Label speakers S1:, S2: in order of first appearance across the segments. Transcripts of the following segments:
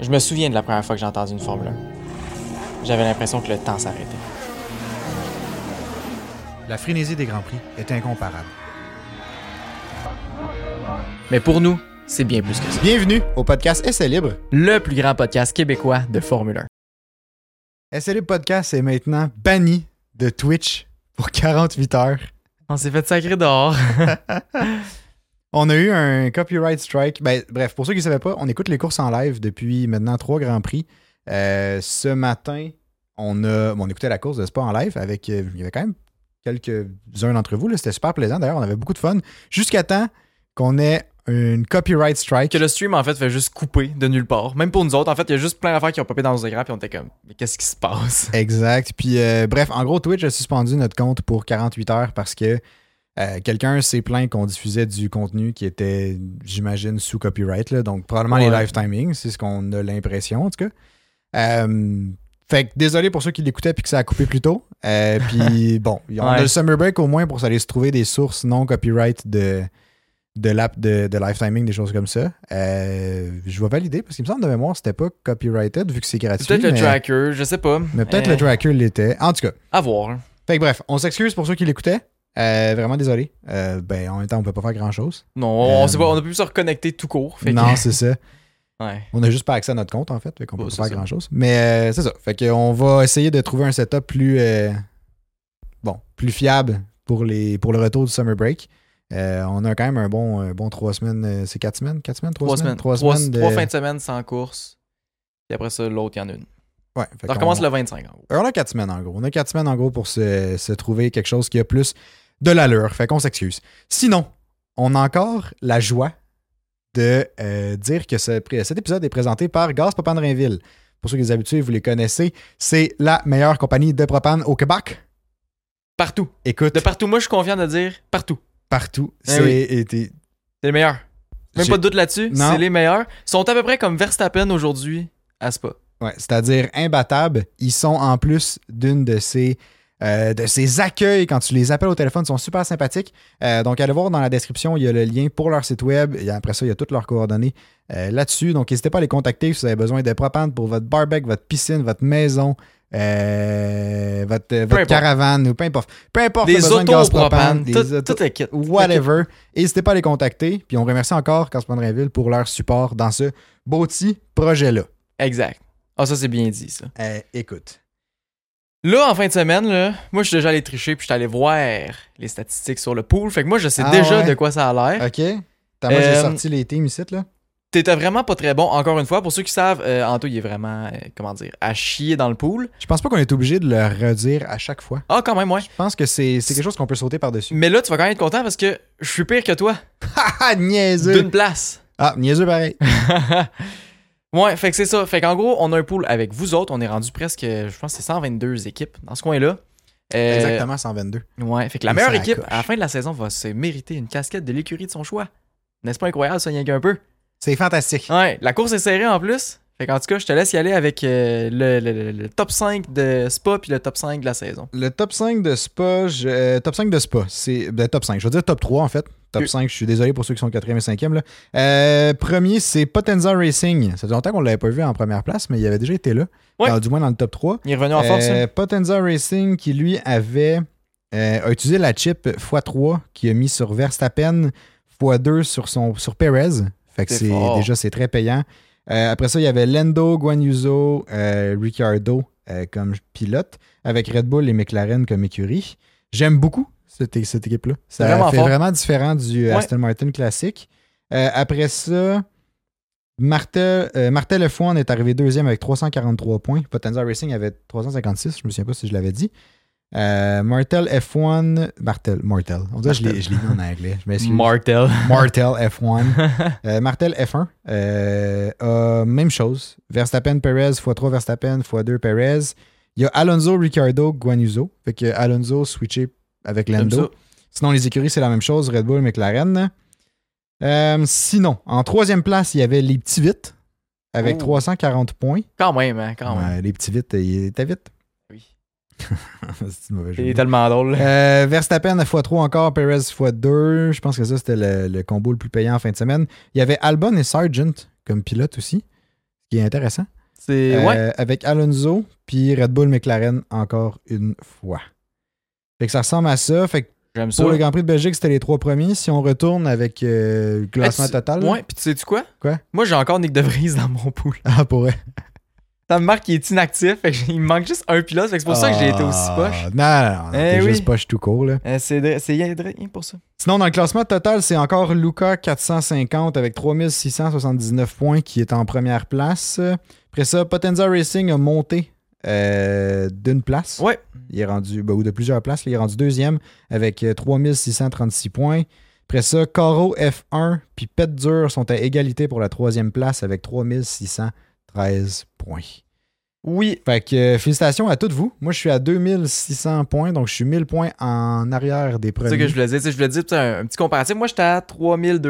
S1: Je me souviens de la première fois que j'ai entendu une Formule 1. J'avais l'impression que le temps s'arrêtait.
S2: La frénésie des Grands Prix est incomparable.
S1: Mais pour nous, c'est bien plus que ça.
S3: Bienvenue au podcast Essai Libre.
S1: Le plus grand podcast québécois de Formule 1.
S2: Essai Libre Podcast est maintenant banni de Twitch pour 48 heures.
S1: On s'est fait sacré dehors.
S2: On a eu un copyright strike. Ben, bref, pour ceux qui ne savaient pas, on écoute les courses en live depuis maintenant trois Grands Prix. Euh, ce matin, on a bon, on écoutait la course de Spa en live avec euh, il y avait quand même quelques-uns d'entre vous. là. C'était super plaisant. D'ailleurs, on avait beaucoup de fun. Jusqu'à temps qu'on ait une copyright strike.
S1: que le stream, en fait, fait juste couper de nulle part. Même pour nous autres, en fait, il y a juste plein d'affaires qui ont popé dans nos écrans, puis on était comme, mais qu'est-ce qui se passe?
S2: Exact. Puis euh, bref, en gros, Twitch a suspendu notre compte pour 48 heures parce que euh, quelqu'un s'est plaint qu'on diffusait du contenu qui était, j'imagine, sous copyright. là. donc probablement les
S1: Ouais.
S2: live timings, c'est ce qu'on a l'impression en tout cas. Euh, fait que désolé pour ceux qui l'écoutaient puis que ça a coupé plus tôt. Euh, puis bon, on a
S1: Ouais.
S2: le summer break au moins pour aller se trouver des sources non copyright de de l'app de, de live timing, des choses comme ça. Euh, je vais valider parce qu'il me semble de mémoire c'était pas copyrighted vu que c'est gratuit.
S1: C'est peut-être le
S2: mais-
S1: tracker, je sais pas.
S2: mais peut-être
S1: Euh,
S2: le tracker l'était. En tout cas.
S1: À voir.
S2: Fait que bref, on s'excuse pour ceux qui l'écoutaient. Euh, vraiment désolé. Euh, ben, en même temps, on peut pas faire grand chose.
S1: Non, on,
S2: Euh,
S1: sait pas, on a pu se reconnecter tout court. Fait que-
S2: Non, c'est ça.
S1: Ouais.
S2: On a juste pas accès à notre compte, en fait. Fait qu'on peut
S1: Oh,
S2: pas
S1: c'est
S2: faire
S1: ça.
S2: grand chose. Mais euh, c'est ça. Fait qu'on va essayer de trouver un setup plus. euh, bon, plus fiable pour, les, pour le retour du summer break. Euh, on a quand même un bon, un bon trois semaines. euh, C'est quatre semaines Quatre semaines Trois,
S1: Trois semaines.
S2: Trois, semaines. de-
S1: trois fins de semaine sans course. Puis après ça, l'autre, il y en a une.
S2: Ouais, fait
S1: Ça
S2: qu'on-
S1: recommence le 25 en gros.
S2: On a quatre semaines en gros. On a quatre semaines en gros pour se, se trouver quelque chose qui a plus de l'allure. Fait qu'on s'excuse. Sinon, on a encore la joie de euh, dire que ce pré- cet épisode est présenté par Gaz Propane Rainville. Pour ceux qui sont habitués, vous les connaissez. C'est la meilleure compagnie de propane au Québec.
S1: Partout.
S2: Écoute,
S1: De partout. Moi, je suis confiant de dire partout.
S2: partout.
S1: Eh
S2: C'est
S1: oui.
S2: et t'es-
S1: C'est les meilleurs. Même
S2: j'ai-
S1: pas de doute là-dessus.
S2: Non.
S1: C'est les meilleurs. Ils sont à peu près comme Verstappen aujourd'hui à Spa.
S2: Ouais, c'est-à-dire imbattables. Ils sont en plus d'une de ces euh, de ces accueils quand tu les appelles au téléphone, ils sont super sympathiques. Euh, donc, allez voir dans la description, il y a le lien pour leur site web. Et après ça, il y a toutes leurs coordonnées euh, là-dessus. Donc, n'hésitez pas à les contacter si vous avez besoin de propane pour votre barbecue, votre piscine, votre maison, euh, votre, euh, votre
S1: importe.
S2: caravane ou peu importe. Peu importe, t'as
S1: Des
S2: besoin de gaz propane,
S1: autopropanes.
S2: des
S1: Tout,
S2: autos-
S1: tout est kit.
S2: whatever. N'hésitez pas à les contacter. Puis on remercie encore Caspon Rainville pour leur support dans ce beau petit projet-là.
S1: Exact. Ah, ça, c'est bien dit, ça.
S2: Euh, écoute.
S1: Là, en fin de semaine, là, moi, je suis déjà allé tricher, puis je suis allé voir les statistiques sur le pool. Fait que moi, je sais
S2: Ah
S1: déjà
S2: ouais?
S1: de quoi ça a l'air.
S2: OK. Attends, moi, j'ai
S1: Euh,
S2: sorti les teams ici, là.
S1: T'étais vraiment pas très bon, encore une fois. Pour ceux qui savent, euh, Anto, il est vraiment, euh, comment dire, à chier dans le pool.
S2: Je pense pas qu'on est obligé de le redire à chaque fois.
S1: Ah, quand même, ouais.
S2: Je pense que c'est c'est quelque chose qu'on peut sauter par-dessus.
S1: Mais là, tu vas quand même être content parce que je suis pire que toi.
S2: Ah, niaiseux!
S1: D'une place.
S2: Ah, niaiseux pareil.
S1: ouais, fait que c'est ça. Fait qu'en gros, on a un pool avec vous autres. On est rendu presque, je pense, que c'est 122 équipes dans ce coin-là. Euh,
S2: Exactement 122.
S1: Ouais, fait que la
S2: Et
S1: meilleure
S2: ça
S1: équipe,
S2: accroche.
S1: à la fin de la saison, va se mériter une casquette de l'écurie de son choix. N'est-ce pas incroyable, ça, rien qu'un peu?
S2: C'est fantastique.
S1: Ouais, la course est serrée en plus. Fait qu'en tout cas, je te laisse y aller avec euh, le, le- le- le top 5 de Spa puis le top 5 de la saison.
S2: Le top 5 de Spa, je- euh, top 5 de Spa, c'est ben, top 5. Je veux dire top 3 en fait. Top
S1: Oui.
S2: 5, je suis désolé pour ceux qui sont 4e et 5e. Là. Euh, premier, c'est Potenza Racing. Ça fait longtemps qu'on l'avait pas vu en première place, mais il avait déjà été là.
S1: Ouais.
S2: Dans- du moins dans le top 3.
S1: Il est revenu en force.
S2: Euh,
S1: hein?
S2: Potenza Racing qui lui avait euh, a utilisé la chip x3 qui a mis sur Verstappen x2 sur son sur Perez. Fait que
S1: C'est
S2: c'est
S1: fort.
S2: déjà c'est très payant. Euh, après ça, il y avait Lando, Guanyuso, Ricciardo euh, comme pilote, avec Red Bull et McLaren comme écurie. J'aime beaucoup cette, é- cette équipe-là. Ça
S1: Vraiment
S2: fait
S1: fort.
S2: vraiment différent du euh,
S1: Ouais.
S2: Aston Martin classique. Euh, après ça, Martel, euh, Martel Lefouan est arrivé deuxième avec 343 points. Potenza Racing avait 356, je me souviens pas si je l'avais dit. Euh, Martel F1, Martel, Martel. On dirait que je l'ai-
S1: Martel.
S2: je l'ai mis en anglais. Je m'excuse.
S1: Martel.
S2: Martel F1. Euh, Martel F1. euh, a même chose. Verstappen Perez x3 Verstappen x2 Perez. Il y a Alonso Ricardo Guanuso. Fait que Alonso switché avec
S1: Comme ça.
S2: Lando. Sinon, les écuries, c'est la même chose. Red Bull, McLaren. Euh, sinon, en troisième place, il y avait les petits vites avec
S1: Oh.
S2: 340 points.
S1: Quand même, hein, quand même.
S2: Ouais, les petits vites, il était vite.
S1: Oui.
S2: c'est une mauvaise
S1: Il est tellement drôle.
S2: euh, Verstappen x3 encore, Perez x2. Je pense que ça, c'était le, le combo le plus payant en fin de semaine. Il y avait Albon et Sargent comme pilote aussi. qui est intéressant.
S1: C'est. ouais.
S2: Euh, Avec Alonso, puis Red Bull McLaren encore une fois. Fait que ça ressemble à ça. Fait que
S1: J'aime ça.
S2: pour le Grand Prix de Belgique, c'était les trois premiers. Si on retourne avec euh, le classement
S1: Eh, tu-
S2: total, là.
S1: Ouais, puis tu sais-tu quoi?
S2: Quoi?
S1: Moi, j'ai encore Nick De Vries dans mon pool.
S2: ah, pour vrai.
S1: Ça me marque qu'il est inactif, fait que j'ai- il me manque juste un pilote, fait que c'est pour ça que j'ai été aussi
S2: Ah,
S1: poche.
S2: Non, non, non, non,
S1: Eh
S2: t'es
S1: oui.
S2: juste poche tout court. Là.
S1: Euh, c'est de- c'est rien de rien pour ça.
S2: Sinon, dans le classement total, c'est encore Luca 450 avec 3679 points qui est en première place. Après ça, Potenza Racing a monté euh, d'une place.
S1: Ouais.
S2: Il est rendu, ben, ou de plusieurs places, là, il est rendu deuxième avec euh, 3636 points. Après ça, Coro F1 puis Pet Dur sont à égalité pour la troisième place avec 3613 points.
S1: Oui,
S2: Fait que euh, félicitations à toutes vous. Moi, je suis à 2600 points, donc je suis 1000 points en arrière des
S1: c'est
S2: premiers.
S1: ça que je voulais dire. Tu sais, Je voulais dire tu sais, un, un petit comparatif. Moi, j'étais à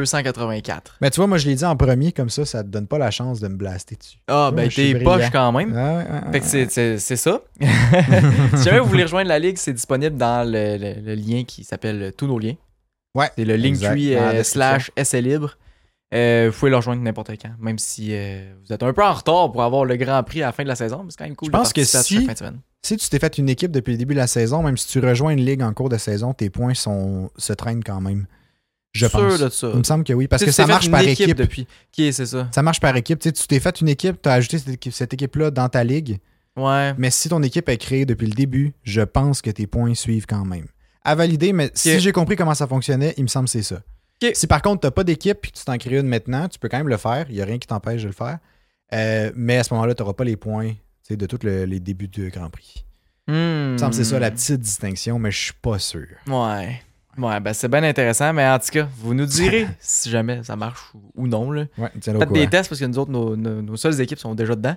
S1: 3284.
S2: Mais tu vois, moi, je l'ai dit en premier, comme ça, ça te donne pas la chance de me blaster dessus.
S1: Ah,
S2: Oh,
S1: ben,
S2: je suis
S1: t'es
S2: brillant. Ah.
S1: poche quand même.
S2: Ouais, ouais, ouais,
S1: Fait que c'est- c'est c'est ça. si jamais vous voulez rejoindre la ligue, c'est disponible dans le, le- le lien qui s'appelle euh, Tous nos liens.
S2: Ouais,
S1: C'est le
S2: exact, Ah,
S1: Linktree
S2: dans la
S1: euh,
S2: description.
S1: slash essai libre. Euh, vous pouvez le rejoindre n'importe quand, même si euh, vous êtes un peu en retard pour avoir le grand prix à la fin de la saison. mais C'est quand même cool.
S2: Je
S1: de
S2: pense que
S1: participer à
S2: si-
S1: chaque fin de semaine.
S2: Si tu t'es fait une équipe depuis le début de la saison, même si tu rejoins une ligue en cours de saison, tes points sont, se traînent quand même. Je
S1: sûr
S2: pense. Mm.
S1: de ça.
S2: Il me semble que oui, parce
S1: Tu sais,
S2: que
S1: tu
S2: ça
S1: t'es fait
S2: marche
S1: une
S2: par équipe.
S1: depuis. Ok, c'est ça.
S2: Ça marche par équipe. Tu sais, tu t'es fait une équipe, tu as ajouté cette équipe- cette équipe-là dans ta ligue,
S1: Ouais.
S2: mais si ton équipe est créée depuis le début, je pense que tes points suivent quand même. À valider, mais si j'ai compris comment ça fonctionnait, il me semble que c'est ça.
S1: Ok.
S2: Si par contre, tu n'as pas d'équipe et que tu t'en crées une maintenant, tu peux quand même le faire. Il n'y a rien qui t'empêche de le faire. Euh, mais à ce moment-là, tu n'auras pas les points tu sais, de tous le- les débuts de Grand Prix. Il me semble que c'est
S1: Hmm.
S2: ça la petite distinction, mais je suis pas sûr.
S1: Ouais. Ouais, ben c'est bien intéressant, mais en tout cas, vous nous direz si jamais ça marche ou, ou non. Là.
S2: Ouais, tiens-le au
S1: Faites des
S2: courant.
S1: tests parce que nous autres, nos, nos- nos seules équipes sont déjà dedans.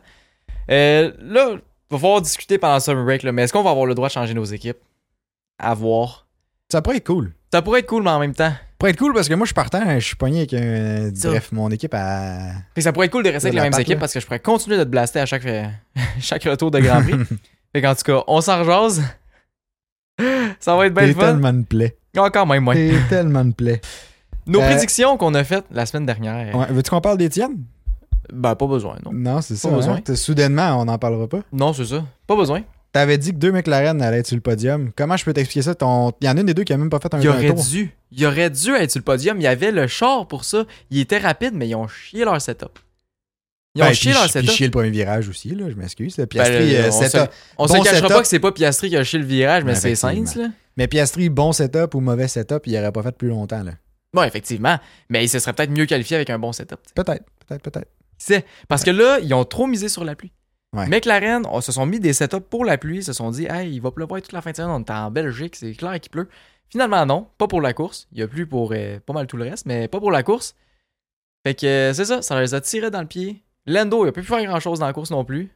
S1: Euh, là, va falloir discuter pendant le summer break, là, mais est-ce qu'on va avoir le droit de changer nos équipes À voir.
S2: Ça pourrait être cool.
S1: Ça pourrait être cool, mais en même temps.
S2: Ça pourrait être cool parce que moi, je suis partant, je suis pogné avec un.
S1: Ça.
S2: Bref, mon équipe à.
S1: Puis ça pourrait être cool de rester avec
S2: De la
S1: les mêmes
S2: patte,
S1: équipes
S2: là.
S1: parce que je pourrais continuer de te blaster à chaque, chaque retour de Grand Prix. fait qu'en tout cas, on s'en rejase. ça va être bien
S2: T'es
S1: le fun.
S2: tellement de plaie.
S1: Ah, quand même, ouais.
S2: T'es tellement de plaie.
S1: Nos
S2: Euh,
S1: prédictions qu'on a faites la semaine dernière.
S2: Ouais, Veux-tu qu'on parle des tiennes?
S1: Ben, pas besoin, non.
S2: Non, c'est ça.
S1: besoin.
S2: hein. T'as- Soudainement, on n'en parlera pas.
S1: Non, c'est ça. Pas besoin.
S2: T'avais dit que deux McLaren allaient être sur le podium. Comment je peux t'expliquer ça? Ton... Il y en a une des deux qui a même pas fait un,
S1: Il
S2: un
S1: aurait
S2: tour.
S1: dû. Il aurait dû être sur le podium. Il y avait le char pour ça. Il était rapide, mais ils ont chié leur setup. Ils ont
S2: Ben,
S1: chié
S2: puis-
S1: leur
S2: puis
S1: setup.
S2: chier le premier virage aussi, là, je m'excuse. là.
S1: Ben,
S2: Piastri,
S1: euh,
S2: euh,
S1: on se-
S2: setup.
S1: On
S2: Bon
S1: se cachera
S2: setup. Ben,
S1: pas que c'est pas Piastri qui a chié le virage, mais c'est
S2: Effectivement.
S1: Sainz, là.
S2: Mais Piastri, bon setup ou mauvais setup, il aurait pas fait plus longtemps. là.
S1: Bon, effectivement. Mais il se serait peut-être mieux qualifié avec un bon setup. tu sais.
S2: Peut-être, peut-être, peut-être.
S1: Qui sait? Parce que là, ils ont trop misé sur la pluie.
S2: Ouais.
S1: McLaren, on se sont mis des setups pour la pluie. Ils se sont dit, hey, il va pleuvoir toute la fin de semaine. On est en Belgique, c'est clair qu'il pleut. Finalement, non. Pas pour la course. Il y a plu pour euh, pas mal tout le reste, mais pas pour la course. Fait que euh, c'est ça, ça les a tirés dans le pied. Lando, il a plus pu faire grand chose dans la course non plus.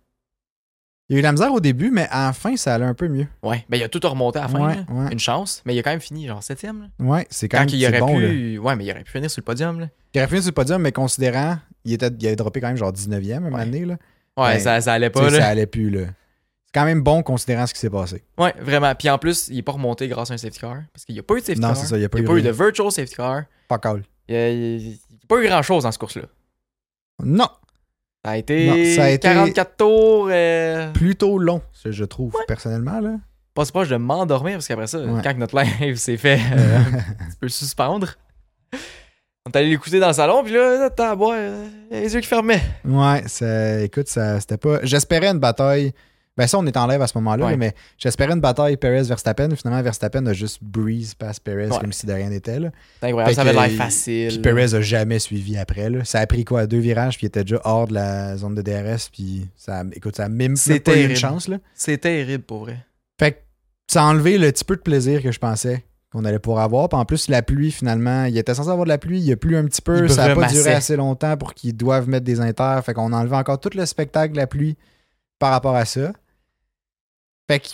S2: Il y a eu la misère au début, mais à la fin, ça allait un peu mieux.
S1: Ouais, ben il a tout remonté à la fin.
S2: Ouais,
S1: là.
S2: ouais.
S1: Une chance, mais il a quand même fini genre septième. là.
S2: Ouais, c'est quand,
S1: Quand,
S2: même
S1: il
S2: c'est
S1: aurait
S2: bon. là.
S1: pu. Ouais, mais il aurait pu finir sur le podium. là.
S2: Il aurait fini sur le podium, mais considérant, il, était, il avait droppé quand même genre 19e à un moment donné. Là.
S1: Ouais,
S2: Ben,
S1: ça, ça allait
S2: Tu
S1: pas.
S2: sais,
S1: Là.
S2: Ça allait plus. là. C'est quand même bon considérant ce qui s'est passé.
S1: Ouais, vraiment. Puis en plus, il est pas remonté grâce à un safety car. Parce qu'il n'y a pas eu de safety
S2: Non,
S1: car.
S2: c'est ça, il y a pas
S1: il
S2: eu
S1: n'y a pas eu
S2: rien.
S1: de virtual safety car.
S2: Pas cool.
S1: Il n'y a, il y a pas eu grand chose dans cette course-là.
S2: Non,
S1: Ça a été
S2: Non, ça a été-
S1: 44 tours. euh,
S2: plutôt long, ce- je trouve, personnellement. Là.
S1: Pas si proche de m'endormir parce qu'après ça,
S2: Ouais.
S1: quand notre live s'est fait euh, un petit peu suspendre, on est allé l'écouter dans le salon. Puis là, attends, boy, euh, les yeux qui fermaient.
S2: Ouais, ça, écoute, ça, c'était pas. J'espérais une bataille. Ben ça, on est en live à ce moment-là,
S1: Ouais.
S2: là, mais j'espérais une bataille Perez-Verstappen. Finalement, Verstappen a juste breeze past Perez
S1: Ouais.
S2: comme si de rien n'était. là.
S1: C'est incroyable.
S2: Fait
S1: Ça avait
S2: que,
S1: l'air
S2: il-
S1: facile.
S2: Puis Perez a jamais suivi après. là. Ça a pris quoi Deux virages, puis il était déjà hors de la zone de DRS. Puis ça, écoute, ça a même,
S1: C'est
S2: même pas eu une
S1: terrible.
S2: chance. Là.
S1: C'est terrible pour vrai.
S2: Fait que ça a enlevé le petit peu de plaisir que je pensais qu'on allait pouvoir avoir. Puis en plus, la pluie, finalement, il était censé avoir de la pluie, il a plu un petit peu,
S1: Il
S2: ça n'a pas
S1: bremassait.
S2: duré assez longtemps pour qu'ils doivent mettre des inters. Fait qu'on a enlevé encore tout le spectacle de la pluie par rapport à ça. Fait que,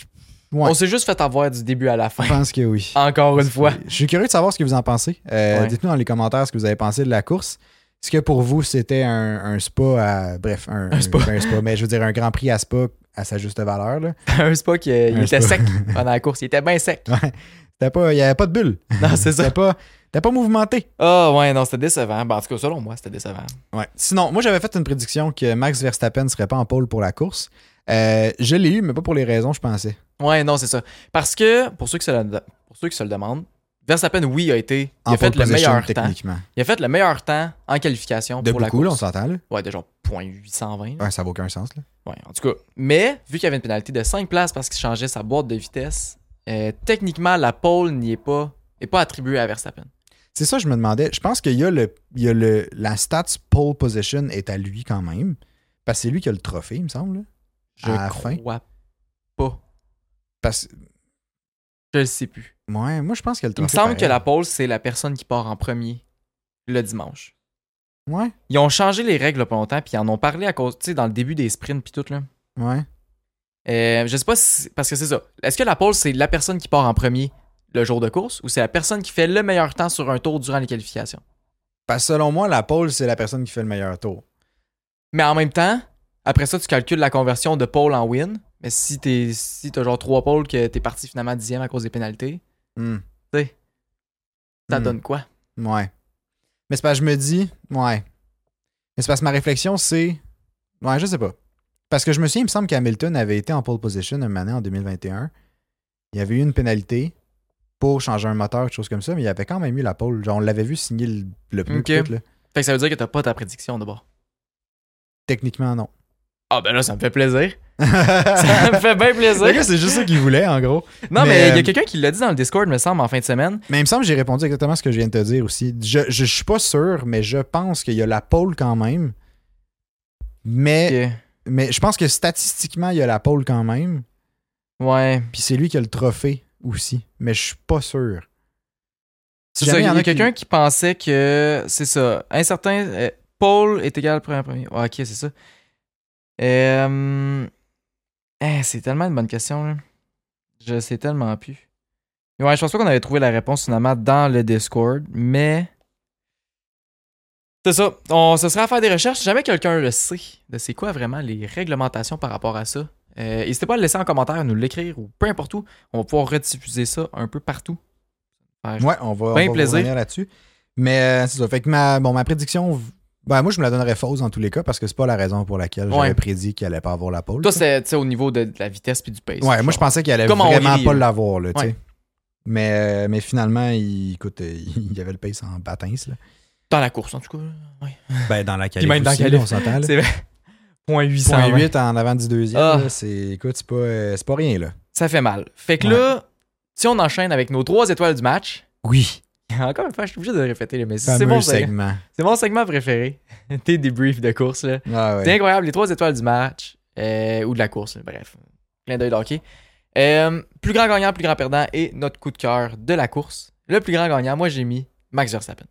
S2: ouais,
S1: On s'est juste fait avoir du début à la fin.
S2: je pense que oui.
S1: Ah, Encore une fois.
S2: Je suis curieux de savoir ce que vous en pensez. Euh,
S1: Ouais.
S2: Dites-nous dans les commentaires ce que vous avez pensé de la course. Est-ce que pour vous, c'était un, un spa à. Bref, un,
S1: Un spa.
S2: pas un spa, mais je veux dire un grand prix à spa à sa juste valeur. Là.
S1: un spa qui euh, il
S2: Un
S1: était
S2: spa.
S1: sec pendant la course. Il était bien sec.
S2: Ouais. T'as pas, il n'y avait pas de bulle.
S1: Non, c'est ça.
S2: T'as pas, t'as pas mouvementé.
S1: Ah ouais, non, c'était décevant. Ben, en tout cas, selon moi, c'était décevant.
S2: Ouais. Sinon, moi, j'avais fait une prédiction que Max Verstappen serait pas en pôle pour la course. Euh, je l'ai eu, mais pas pour les raisons, que je pensais.
S1: Ouais, non, c'est ça. Parce que, pour ceux qui se le, pour ceux qui se le demandent, Verstappen, oui, a été. Il
S2: En
S1: a fait
S2: pole
S1: le
S2: position,
S1: meilleur temps.
S2: techniquement.
S1: Il a fait le meilleur temps en qualification
S2: De
S1: pour
S2: beaucoup,
S1: la
S2: là, on
S1: course.
S2: s'entend. là.
S1: ouais, de genre 0.820. là.
S2: Ouais, ça n'a aucun sens. Là.
S1: Ouais, en tout cas. Mais, vu qu'il y avait une pénalité de 5 places parce qu'il changeait sa boîte de vitesse, euh, techniquement, la pole n'y est pas, est pas attribuée à Verstappen.
S2: C'est ça, je me demandais. Je pense qu'il y a, le, il y a le, la stats pole position est à lui quand même. Parce que c'est lui qui a le trophée, il me semble. là.
S1: Je
S2: À la
S1: crois
S2: fin?
S1: pas.
S2: Parce que,
S1: Je le sais plus.
S2: ouais, moi, je pense qu'il a le
S1: Il me
S2: trophée.
S1: semble que la
S2: pareil.
S1: pole, c'est la personne qui part en premier le dimanche.
S2: Ouais,
S1: Ils ont changé les règles pendant longtemps, puis ils en ont parlé à cause, tu sais, dans le début des sprints, puis tout, là.
S2: ouais.
S1: Euh, je sais pas si. Parce que c'est ça. Est-ce que la pole, c'est la personne qui part en premier le jour de course ou c'est la personne qui fait le meilleur temps sur un tour durant les qualifications?
S2: Parce que selon moi, la pole, c'est la personne qui fait le meilleur tour.
S1: Mais en même temps, après ça, tu calcules la conversion de pole en win. Mais si t'es si t'as genre trois poles que t'es parti finalement dixième à cause des pénalités,
S2: Hmm.
S1: Tu sais. ça
S2: Hmm.
S1: donne quoi?
S2: Ouais. Mais c'est parce que je me dis, ouais. Mais c'est parce que ma réflexion, c'est. Ouais, je sais pas. Parce que je me souviens, il me semble qu'Hamilton avait été en pole position un année en 2021. Il avait eu une pénalité pour changer un moteur, quelque chose comme ça, mais il avait quand même eu la pole. Genre, on l'avait vu signer le, le pneu.
S1: Ok.
S2: puis tout, là.
S1: Fait que ça veut dire que t'as pas ta prédiction d'abord.
S2: Techniquement, non.
S1: Ah ben là, ça me fait plaisir. ça me fait bien
S2: Le gars,
S1: plaisir.
S2: c'est juste ça qu'il voulait, en gros.
S1: Non,
S2: mais-
S1: mais euh, il y a quelqu'un qui l'a dit dans le Discord, me semble, en fin de semaine.
S2: Mais il me semble que j'ai répondu exactement ce que je viens de te dire aussi. Je, je, je suis pas sûr, mais je pense qu'il y a la pole quand même. Mais,
S1: que-
S2: mais je pense que statistiquement, il y a la pole quand même.
S1: Ouais.
S2: Puis c'est lui qui a le trophée aussi. Mais je suis pas sûr.
S1: C'est
S2: Si
S1: ça,
S2: jamais
S1: il y
S2: en
S1: a
S2: a qui-
S1: quelqu'un qui pensait que c'est ça. Un certain euh, Paul est égal à premier premier. Ouais, ok, c'est ça. Euh, eh, c'est tellement une bonne question. Là. Je sais tellement plus. Mais Ouais, je pense pas qu'on avait trouvé la réponse finalement dans le Discord, mais. C'est ça. On se serait à faire des recherches. Si jamais quelqu'un le sait de c'est quoi vraiment les réglementations par rapport à ça, euh, n'hésitez pas à le laisser en commentaire, nous l'écrire ou peu importe où. On va pouvoir rediffuser ça un peu partout. Faire-
S2: Ouais, on va,
S1: Ben
S2: on va
S1: plaisir.
S2: revenir là-dessus. Mais euh, c'est ça. Fait que ma, bon, ma prédiction, v- ben, moi, je me la donnerais fausse dans tous les cas parce que c'est pas la raison pour laquelle j'avais
S1: Ouais.
S2: prédit qu'il allait pas avoir la pole.
S1: Toi,
S2: ça.
S1: c'est tu sais, au niveau de, de la vitesse puis du pace.
S2: Ouais, moi, je
S1: genre.
S2: pensais qu'il allait
S1: Comme en
S2: vraiment
S1: Hongrie,
S2: pas
S1: là.
S2: l'avoir, là, tu sais.
S1: Ouais.
S2: Mais, euh, mais finalement, il, écoute, euh, il y avait le pace en patins, là.
S1: Dans la course, en tout cas.
S2: Ben, dans la
S1: Puis
S2: qualif
S1: même dans
S2: aussi,
S1: la
S2: là,
S1: qualif.
S2: on s'entend, là.
S1: C'est vrai. Point 820.
S2: 108 en avant du deuxième,
S1: Ah.
S2: là, c'est, écoute, c'est pas, euh, c'est pas rien, là.
S1: Ça fait mal. Fait que là, si on enchaîne avec nos trois étoiles du match,
S2: Oui.
S1: encore une fois, je suis obligé de le répéter, là, mais c'est
S2: Fameux
S1: mon, segment-
S2: segment.
S1: c'est mon segment préféré. Tes débriefs de course, là.
S2: Ah, ouais.
S1: C'est incroyable, les trois étoiles du match, euh, ou de la course, là, bref. Plein d'œil d'hockey. Euh, plus grand gagnant, plus grand perdant, et notre coup de cœur de la course. Le plus grand gagnant, moi j'ai mis Max Verstappen.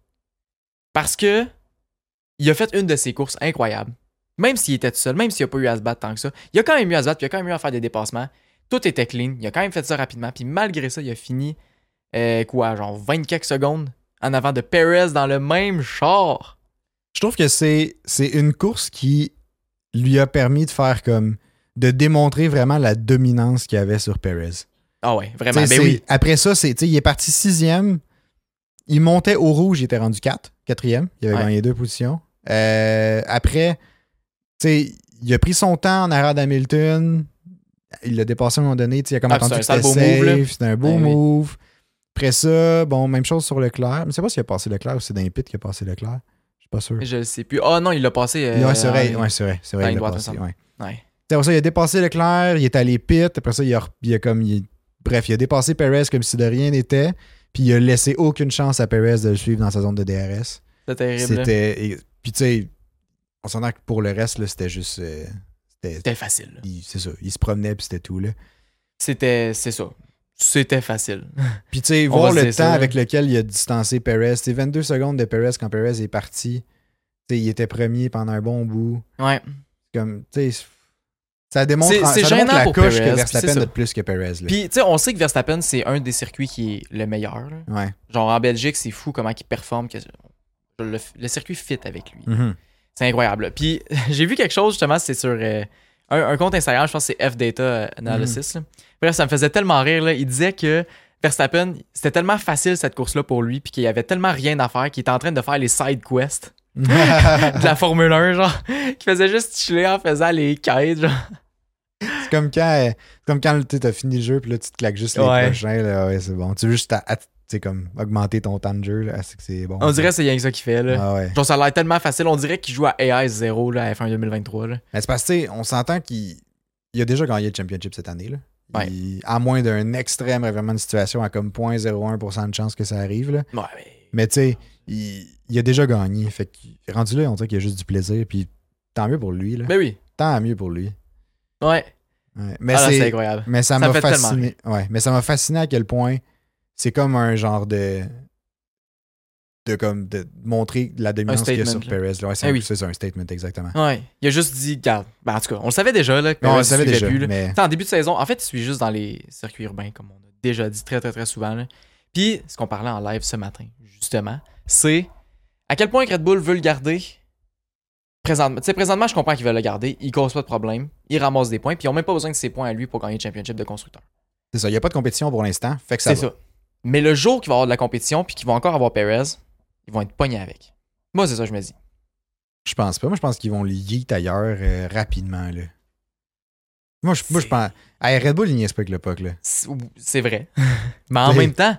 S1: Parce que il a fait une de ses courses incroyables. Même s'il était tout seul, même s'il n'a pas eu à se battre tant que ça, il a quand même eu à se battre, puis il a quand même eu à faire des dépassements. Tout était clean, il a quand même fait ça rapidement, puis malgré ça, il a fini euh, quoi, genre 20 quelques secondes en avant de Perez dans le même char.
S2: Je trouve que c'est, c'est une course qui lui a permis de faire comme. de démontrer vraiment la dominance qu'il avait sur Perez.
S1: Ah ouais, vraiment,
S2: T'sais,
S1: ben
S2: c'est-
S1: oui.
S2: Après ça, c'est, t'sais, il est parti sixième. Il montait au rouge, il était rendu 4, quatrième. Il avait
S1: Ouais.
S2: gagné deux positions. Euh, après, t'sais, il a pris son temps en arrière d'Hamilton. Il l'a dépassé à un moment donné. t'sais, Il a comme
S1: Ah,
S2: attendu que
S1: c'est un
S2: c'était
S1: sale beau move, là.
S2: safe. C'était un beau
S1: Ben oui.
S2: move. Après ça, bon, même chose sur Leclerc. Je ne sais pas s'il a passé Leclerc ou c'est dans les pits qu'il a passé Leclerc. Je suis pas sûr.
S1: Je le sais plus. Ah non, il l'a passé. euh,
S2: ouais, c'est vrai.
S1: en-
S2: Ouais, c'est vrai. C'est vrai,
S1: dans
S2: il
S1: les
S2: l'a
S1: droites,
S2: passé,
S1: il me
S2: ouais.
S1: Ouais.
S2: C'est pour ça, il a dépassé Leclerc, il est allé pit, après ça, il a, re- il a comme. il- bref, il a dépassé Perez comme si de rien n'était, puis il a laissé aucune chance à Perez de le suivre dans sa zone de DRS.
S1: C'était terrible. là.
S2: C'était. et- Puis tu sais, on s'entend que pour le reste, là, c'était juste. euh, c'était-
S1: C'était facile. là.
S2: il- C'est ça, il se promenait, puis c'était tout, là.
S1: C'était. C'est ça. C'était facile.
S2: Puis tu sais,
S1: On va
S2: voir
S1: se
S2: le temps
S1: dire ça, là.
S2: avec lequel il a distancé Perez, c'est 22 secondes de Perez quand Perez est parti. Tu sais, il était premier pendant un bon bout.
S1: Ouais.
S2: comme tu sais ça démontre,
S1: C'est- c'est
S2: ça démontre
S1: gênant
S2: la
S1: pour
S2: coche
S1: Perez,
S2: que
S1: puis
S2: Verstappen
S1: c'est ça.
S2: a de plus que Perez. là.
S1: Puis, tu sais, on sait que Verstappen, c'est un des circuits qui est le meilleur. là.
S2: ouais.
S1: Genre, en Belgique, c'est fou comment il performe. que- le, le circuit fit avec lui.
S2: Mhm.
S1: C'est incroyable. là. Puis, j'ai vu quelque chose, justement, c'est sur euh,
S2: Mm.
S1: un, un compte Instagram, je pense que c'est FData Analysis. là. Bref, ça me faisait tellement rire. là. Il disait que Verstappen, c'était tellement facile cette course-là pour lui, puis qu'il y avait tellement rien à faire qu'il était en train de faire les side quests
S2: Mm-hmm.
S1: de la Formule 1, genre, qui faisait juste chiller en faisant les quêtes, genre.
S2: c'est comme quand, euh, c'est comme quand tu sais, t'as fini le jeu, puis là, tu te claques juste les
S1: Ouais.
S2: prochains. Là, ouais, c'est bon. Tu veux juste à- à- tu sais, comme, augmenter ton temps de jeu. Là, Ah, c'est que c'est bon.
S1: On dirait que c'est rien que ça qu'il fait, là.
S2: Ah ouais.
S1: Genre, ça a l'air tellement facile. On dirait qu'il joue à AI 0 là, à F1 2023. Là.
S2: Mais c'est parce que, tu sais, on s'entend qu'il il a déjà gagné le championship cette année. Là.
S1: Ouais.
S2: Il- à moins d'un extrême révélement de situation à comme 0.01% de chance que ça arrive. Là.
S1: Ouais, mais...
S2: Mais tu sais, il, il a déjà gagné. Fait que, rendu là, on dirait qu'il a juste du plaisir. Puis tant mieux pour lui. Là.
S1: Ben oui.
S2: Tant mieux pour lui.
S1: Ouais.
S2: Ouais.
S1: Ah
S2: Mais
S1: là, c'est
S2: c'est
S1: incroyable.
S2: mais ça
S1: Ça
S2: m'a
S1: fait tellement
S2: fasciné. Ouais, mais ça m'a fasciné à quel point c'est comme un genre de de comme de montrer la dominance qu'il y a sur
S1: statement, là.
S2: Perez. là. Ouais, c'est
S1: Eh
S2: un-
S1: oui.
S2: c'est un statement exactement.
S1: Ouais. Il a juste dit, garde. Ben, en tout cas, on le savait déjà, là. que
S2: Non, on
S1: Perez
S2: le savait
S1: suivait
S2: déjà,
S1: plus, là.
S2: mais
S1: Tu sais, En début de saison, en fait, il suit juste dans les circuits urbains, comme on a déjà dit très, très, très souvent. là. Puis, ce qu'on parlait en live ce matin, justement, c'est à quel point que Red Bull veut le garder. Présentement, tu sais, présentement, je comprends qu'ils veulent le garder. Il cause pas de problème. Il ramasse des points. Puis, ils n'ont même pas besoin de ses points à lui pour gagner le championship de constructeur.
S2: c'est ça. Il n'y a pas de compétition pour l'instant. Fait que ça
S1: C'est
S2: va.
S1: ça. Mais le jour qu'il va y avoir de la compétition, puis qu'ils vont encore avoir Perez, ils vont être pognés avec. Moi, c'est ça que je me dis.
S2: Je pense pas. Moi, je pense qu'ils vont le yeet ailleurs euh, rapidement. Là. Moi, je, moi, je pense. Hey, Red Bull, il n'y pas avec le puck. Là.
S1: C'est- C'est vrai. Mais en
S2: Oui.
S1: même temps,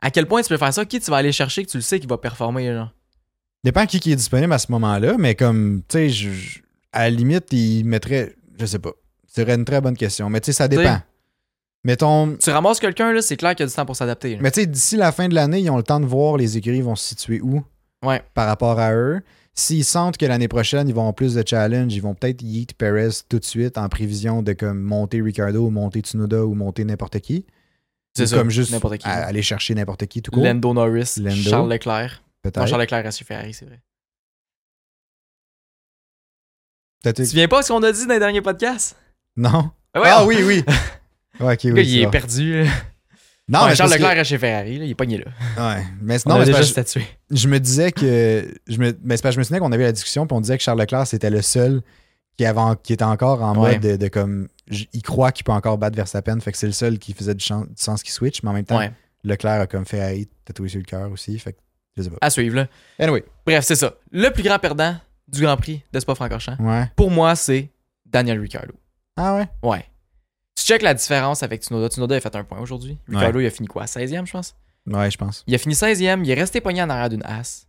S1: à quel point tu peux faire ça? Qui tu vas aller chercher que tu le sais qu'il va performer? Genre?
S2: Dépend qui, qui est disponible à ce moment-là, mais comme, tu sais, je- je- à la limite, il mettrait. Je sais pas. C'est une très bonne question. Mais tu sais, ça
S1: Tu sais.
S2: dépend. Mettons.
S1: Tu ramasses quelqu'un, là, c'est clair qu'il y a du temps pour s'adapter. là.
S2: Mais tu sais, d'ici la fin de l'année, ils ont le temps de voir les écuries vont se situer où
S1: Ouais.
S2: par rapport à eux. S'ils sentent que l'année prochaine, ils vont avoir plus de challenge, ils vont peut-être yeet Perez tout de suite en prévision de comme monter Ricardo ou monter Tsunoda ou monter n'importe qui.
S1: C'est
S2: Ou
S1: ça,
S2: comme juste
S1: n'importe qui.
S2: à- aller chercher n'importe qui tout court.
S1: Lando Norris,
S2: Lando.
S1: Charles Leclerc. Non,
S2: Peut-être.
S1: Charles Leclerc a su Ferrari, c'est vrai.
S2: Peut-être-
S1: Tu te souviens pas de ce qu'on a dit dans les derniers podcasts?
S2: Non.
S1: Ben
S2: Ah
S1: voyons.
S2: oui, oui. Ouais, ok,
S1: Le
S2: oui,
S1: gars, il
S2: c'est
S1: est
S2: vrai.
S1: perdu. là.
S2: Non,
S1: Ouais,
S2: mais
S1: Charles
S2: parce que-
S1: Leclerc est chez Ferrari, là, il est pogné là.
S2: Ouais. Mais
S1: On
S2: non,
S1: a
S2: mais c'est
S1: déjà
S2: parce que-
S1: statué.
S2: je me disais que. Je me, mais c'est parce que je me souvenais qu'on avait la discussion, puis on disait que Charles Leclerc, c'était le seul qui, avait, en- qui était encore en
S1: Ouais.
S2: mode de, de comme. j- Il croit qu'il peut encore battre Verstappen, fait que c'est le seul qui faisait du, chan- du sens qui switch, mais en même temps,
S1: Ouais.
S2: Leclerc a comme Ferrari tatoué sur le cœur aussi, fait que je sais pas.
S1: À suivre, là.
S2: Anyway,
S1: Bref, c'est ça. Le plus grand perdant du Grand Prix de Spa-Francorchamps,
S2: ouais.
S1: pour moi, c'est Daniel Ricciardo.
S2: Ah ouais?
S1: Ouais. Tu check la différence avec Tsunoda. Tsunoda a fait un point aujourd'hui. Ricciardo, il a fini quoi? 16e, je pense.
S2: Ouais, je pense.
S1: Il a fini 16e. Il est resté pogné en arrière d'une as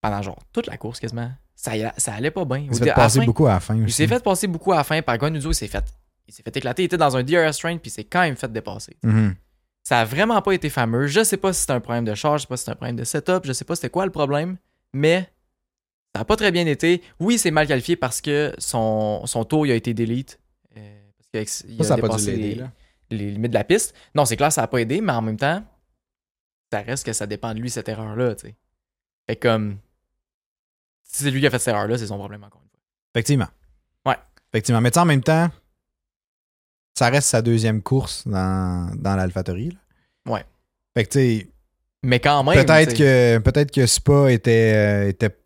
S1: pendant genre toute la course quasiment. Ça, y a- ça allait pas bien. Au
S2: Il s'est
S1: dé-
S2: fait
S1: à la
S2: passer
S1: fin,
S2: beaucoup à la fin
S1: Il
S2: aussi.
S1: s'est fait passer beaucoup à la fin par Gunnuzzo. Il s'est fait, il s'est fait éclater. Il était dans un DRS train puis il s'est quand même fait dépasser.
S2: Mhm.
S1: Ça a vraiment pas été fameux. Je sais pas si c'est un problème de charge, je sais pas si c'est un problème de setup, je sais pas c'était quoi le problème, mais ça a pas très bien été. Oui, c'est mal qualifié parce que son, son tour il a été delete. euh, parce qu'il a, il
S2: Ça,
S1: a
S2: ça a pas dû
S1: dépassé
S2: l'aider,
S1: les-
S2: là.
S1: les limites de la piste. Non, c'est clair, ça n'a pas aidé, mais en même temps, ça reste que ça dépend de lui, cette erreur-là, tu sais. Fait que, comme. Si c'est lui qui a fait cette erreur-là, c'est son problème, encore une fois.
S2: Effectivement.
S1: Ouais.
S2: Effectivement. Mais tu sais, en même temps, ça reste sa deuxième course dans, dans l'AlphaTauri, là.
S1: Ouais.
S2: Fait que tu sais.
S1: Mais quand même.
S2: Peut-être
S1: tu sais,
S2: que, peut-être que Spa était, euh, était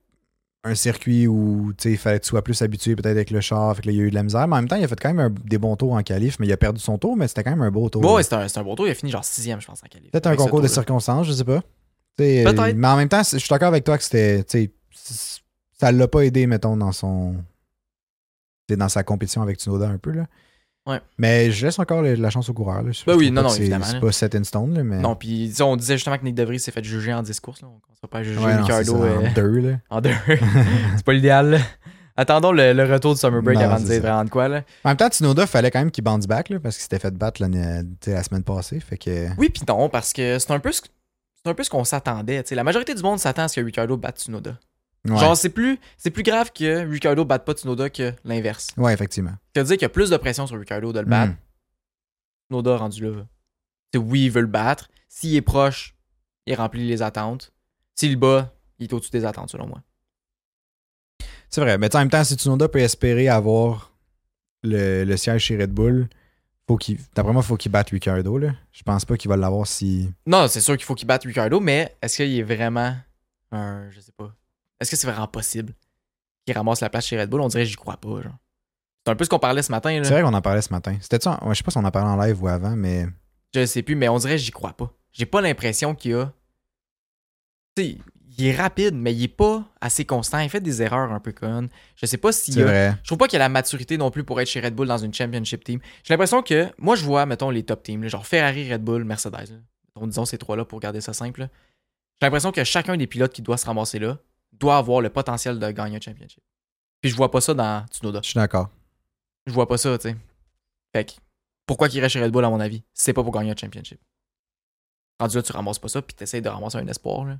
S2: un circuit où tu sais, il fallait que tu sois plus habitué peut-être avec le char, fait que là, il y a eu de la misère. Mais en même temps, il a fait quand même un- des bons tours en qualif, mais il a perdu son tour, mais c'était quand même un beau tour.
S1: Bon,
S2: là.
S1: ouais, c'est un, c'est un beau tour, il a fini genre sixième, je pense, en qualif.
S2: peut-être un
S1: Avec ce
S2: concours de
S1: tour-là.
S2: circonstances, je sais pas. Tu sais,
S1: Peut-être.
S2: euh, Mais en même temps, c'est- je suis d'accord avec toi que c'était. tu sais, c- Ça l'a pas aidé, mettons, dans son. tu sais, Dans sa compétition avec Tsunoda un peu. Là.
S1: Ouais.
S2: Mais je laisse encore le- la chance au coureur. Là. Je-
S1: Ben
S2: je
S1: oui, non,
S2: trouve pas
S1: non,
S2: que c'est-
S1: évidemment,
S2: C'est
S1: là.
S2: pas set in stone, là, mais.
S1: Non, puis tu sais, on disait justement que Nick DeVries s'est fait juger en discours, là. On ne sera pas juger
S2: Ouais, non, c'est
S1: Ricardo euh,
S2: ça, en deux, là.
S1: en deux. c'est pas l'idéal, là. Attendons le, le retour du summer break
S2: Non,
S1: avant de
S2: c'est
S1: dire
S2: ça.
S1: vraiment de quoi, là.
S2: En même temps, Tsunoda, fallait quand même qu'il bounce back là, parce qu'il s'était fait battre l'année- tu sais, la semaine passée. Fait que.
S1: Oui, puis non, parce que c'est un peu ce, c'est un peu ce qu'on s'attendait, tu sais. La majorité du monde s'attend à ce que Ricardo batte Tsunoda.
S2: Ouais,
S1: Genre, c'est plus, c'est plus grave que Ricardo batte pas Tsunoda que l'inverse.
S2: Ouais, effectivement.
S1: C'est-à-dire qu'il y a plus de pression sur Ricardo de le battre.
S2: Mm.
S1: Tsunoda rendu là. C'est oui, il veut le battre. S'il est proche, il remplit les attentes. S'il le bat, il est au-dessus des attentes, selon moi.
S2: C'est vrai. Mais tu sais, en même temps, si Tsunoda peut espérer avoir le, le siège chez Red Bull, faut qu'il. D'après moi, faut qu'il batte Ricardo. Là. Je pense pas qu'il va l'avoir si.
S1: Non, c'est sûr qu'il faut qu'il batte Ricardo, mais est-ce qu'il est vraiment un. Je sais pas. Est-ce que c'est vraiment possible qu'il ramasse la place chez Red Bull On dirait que j'y crois pas. genre. C'est un peu ce qu'on parlait ce matin.
S2: C'est
S1: Là.
S2: vrai qu'on en parlait ce matin. C'était ça. en- ouais, je sais pas si on en parlait en live ou avant, mais.
S1: Je sais plus, mais on dirait que j'y crois pas. j'ai pas l'impression qu'il y a. Tu sais, il est rapide, mais il est pas assez constant. Il fait des erreurs un peu connes. Je sais pas s'il
S2: C'est
S1: y a.
S2: vrai.
S1: Je trouve pas qu'il y a la maturité non plus pour être chez Red Bull dans une championship team. J'ai l'impression que moi je vois, mettons, les top teams, là, genre Ferrari, Red Bull, Mercedes. là. Mettons, disons ces trois-là pour garder ça simple. là. J'ai l'impression que chacun des pilotes qui doit se ramasser là doit avoir le potentiel de gagner un championship. Puis je vois pas ça dans Tsunoda.
S2: Je suis d'accord.
S1: Je vois pas ça, tu sais. Fait que, pourquoi qu'il reste chez Red Bull, à mon avis? C'est pas pour gagner un championship. Rendu là, tu ramasses pas ça, puis t'essayes de ramasser un espoir, là.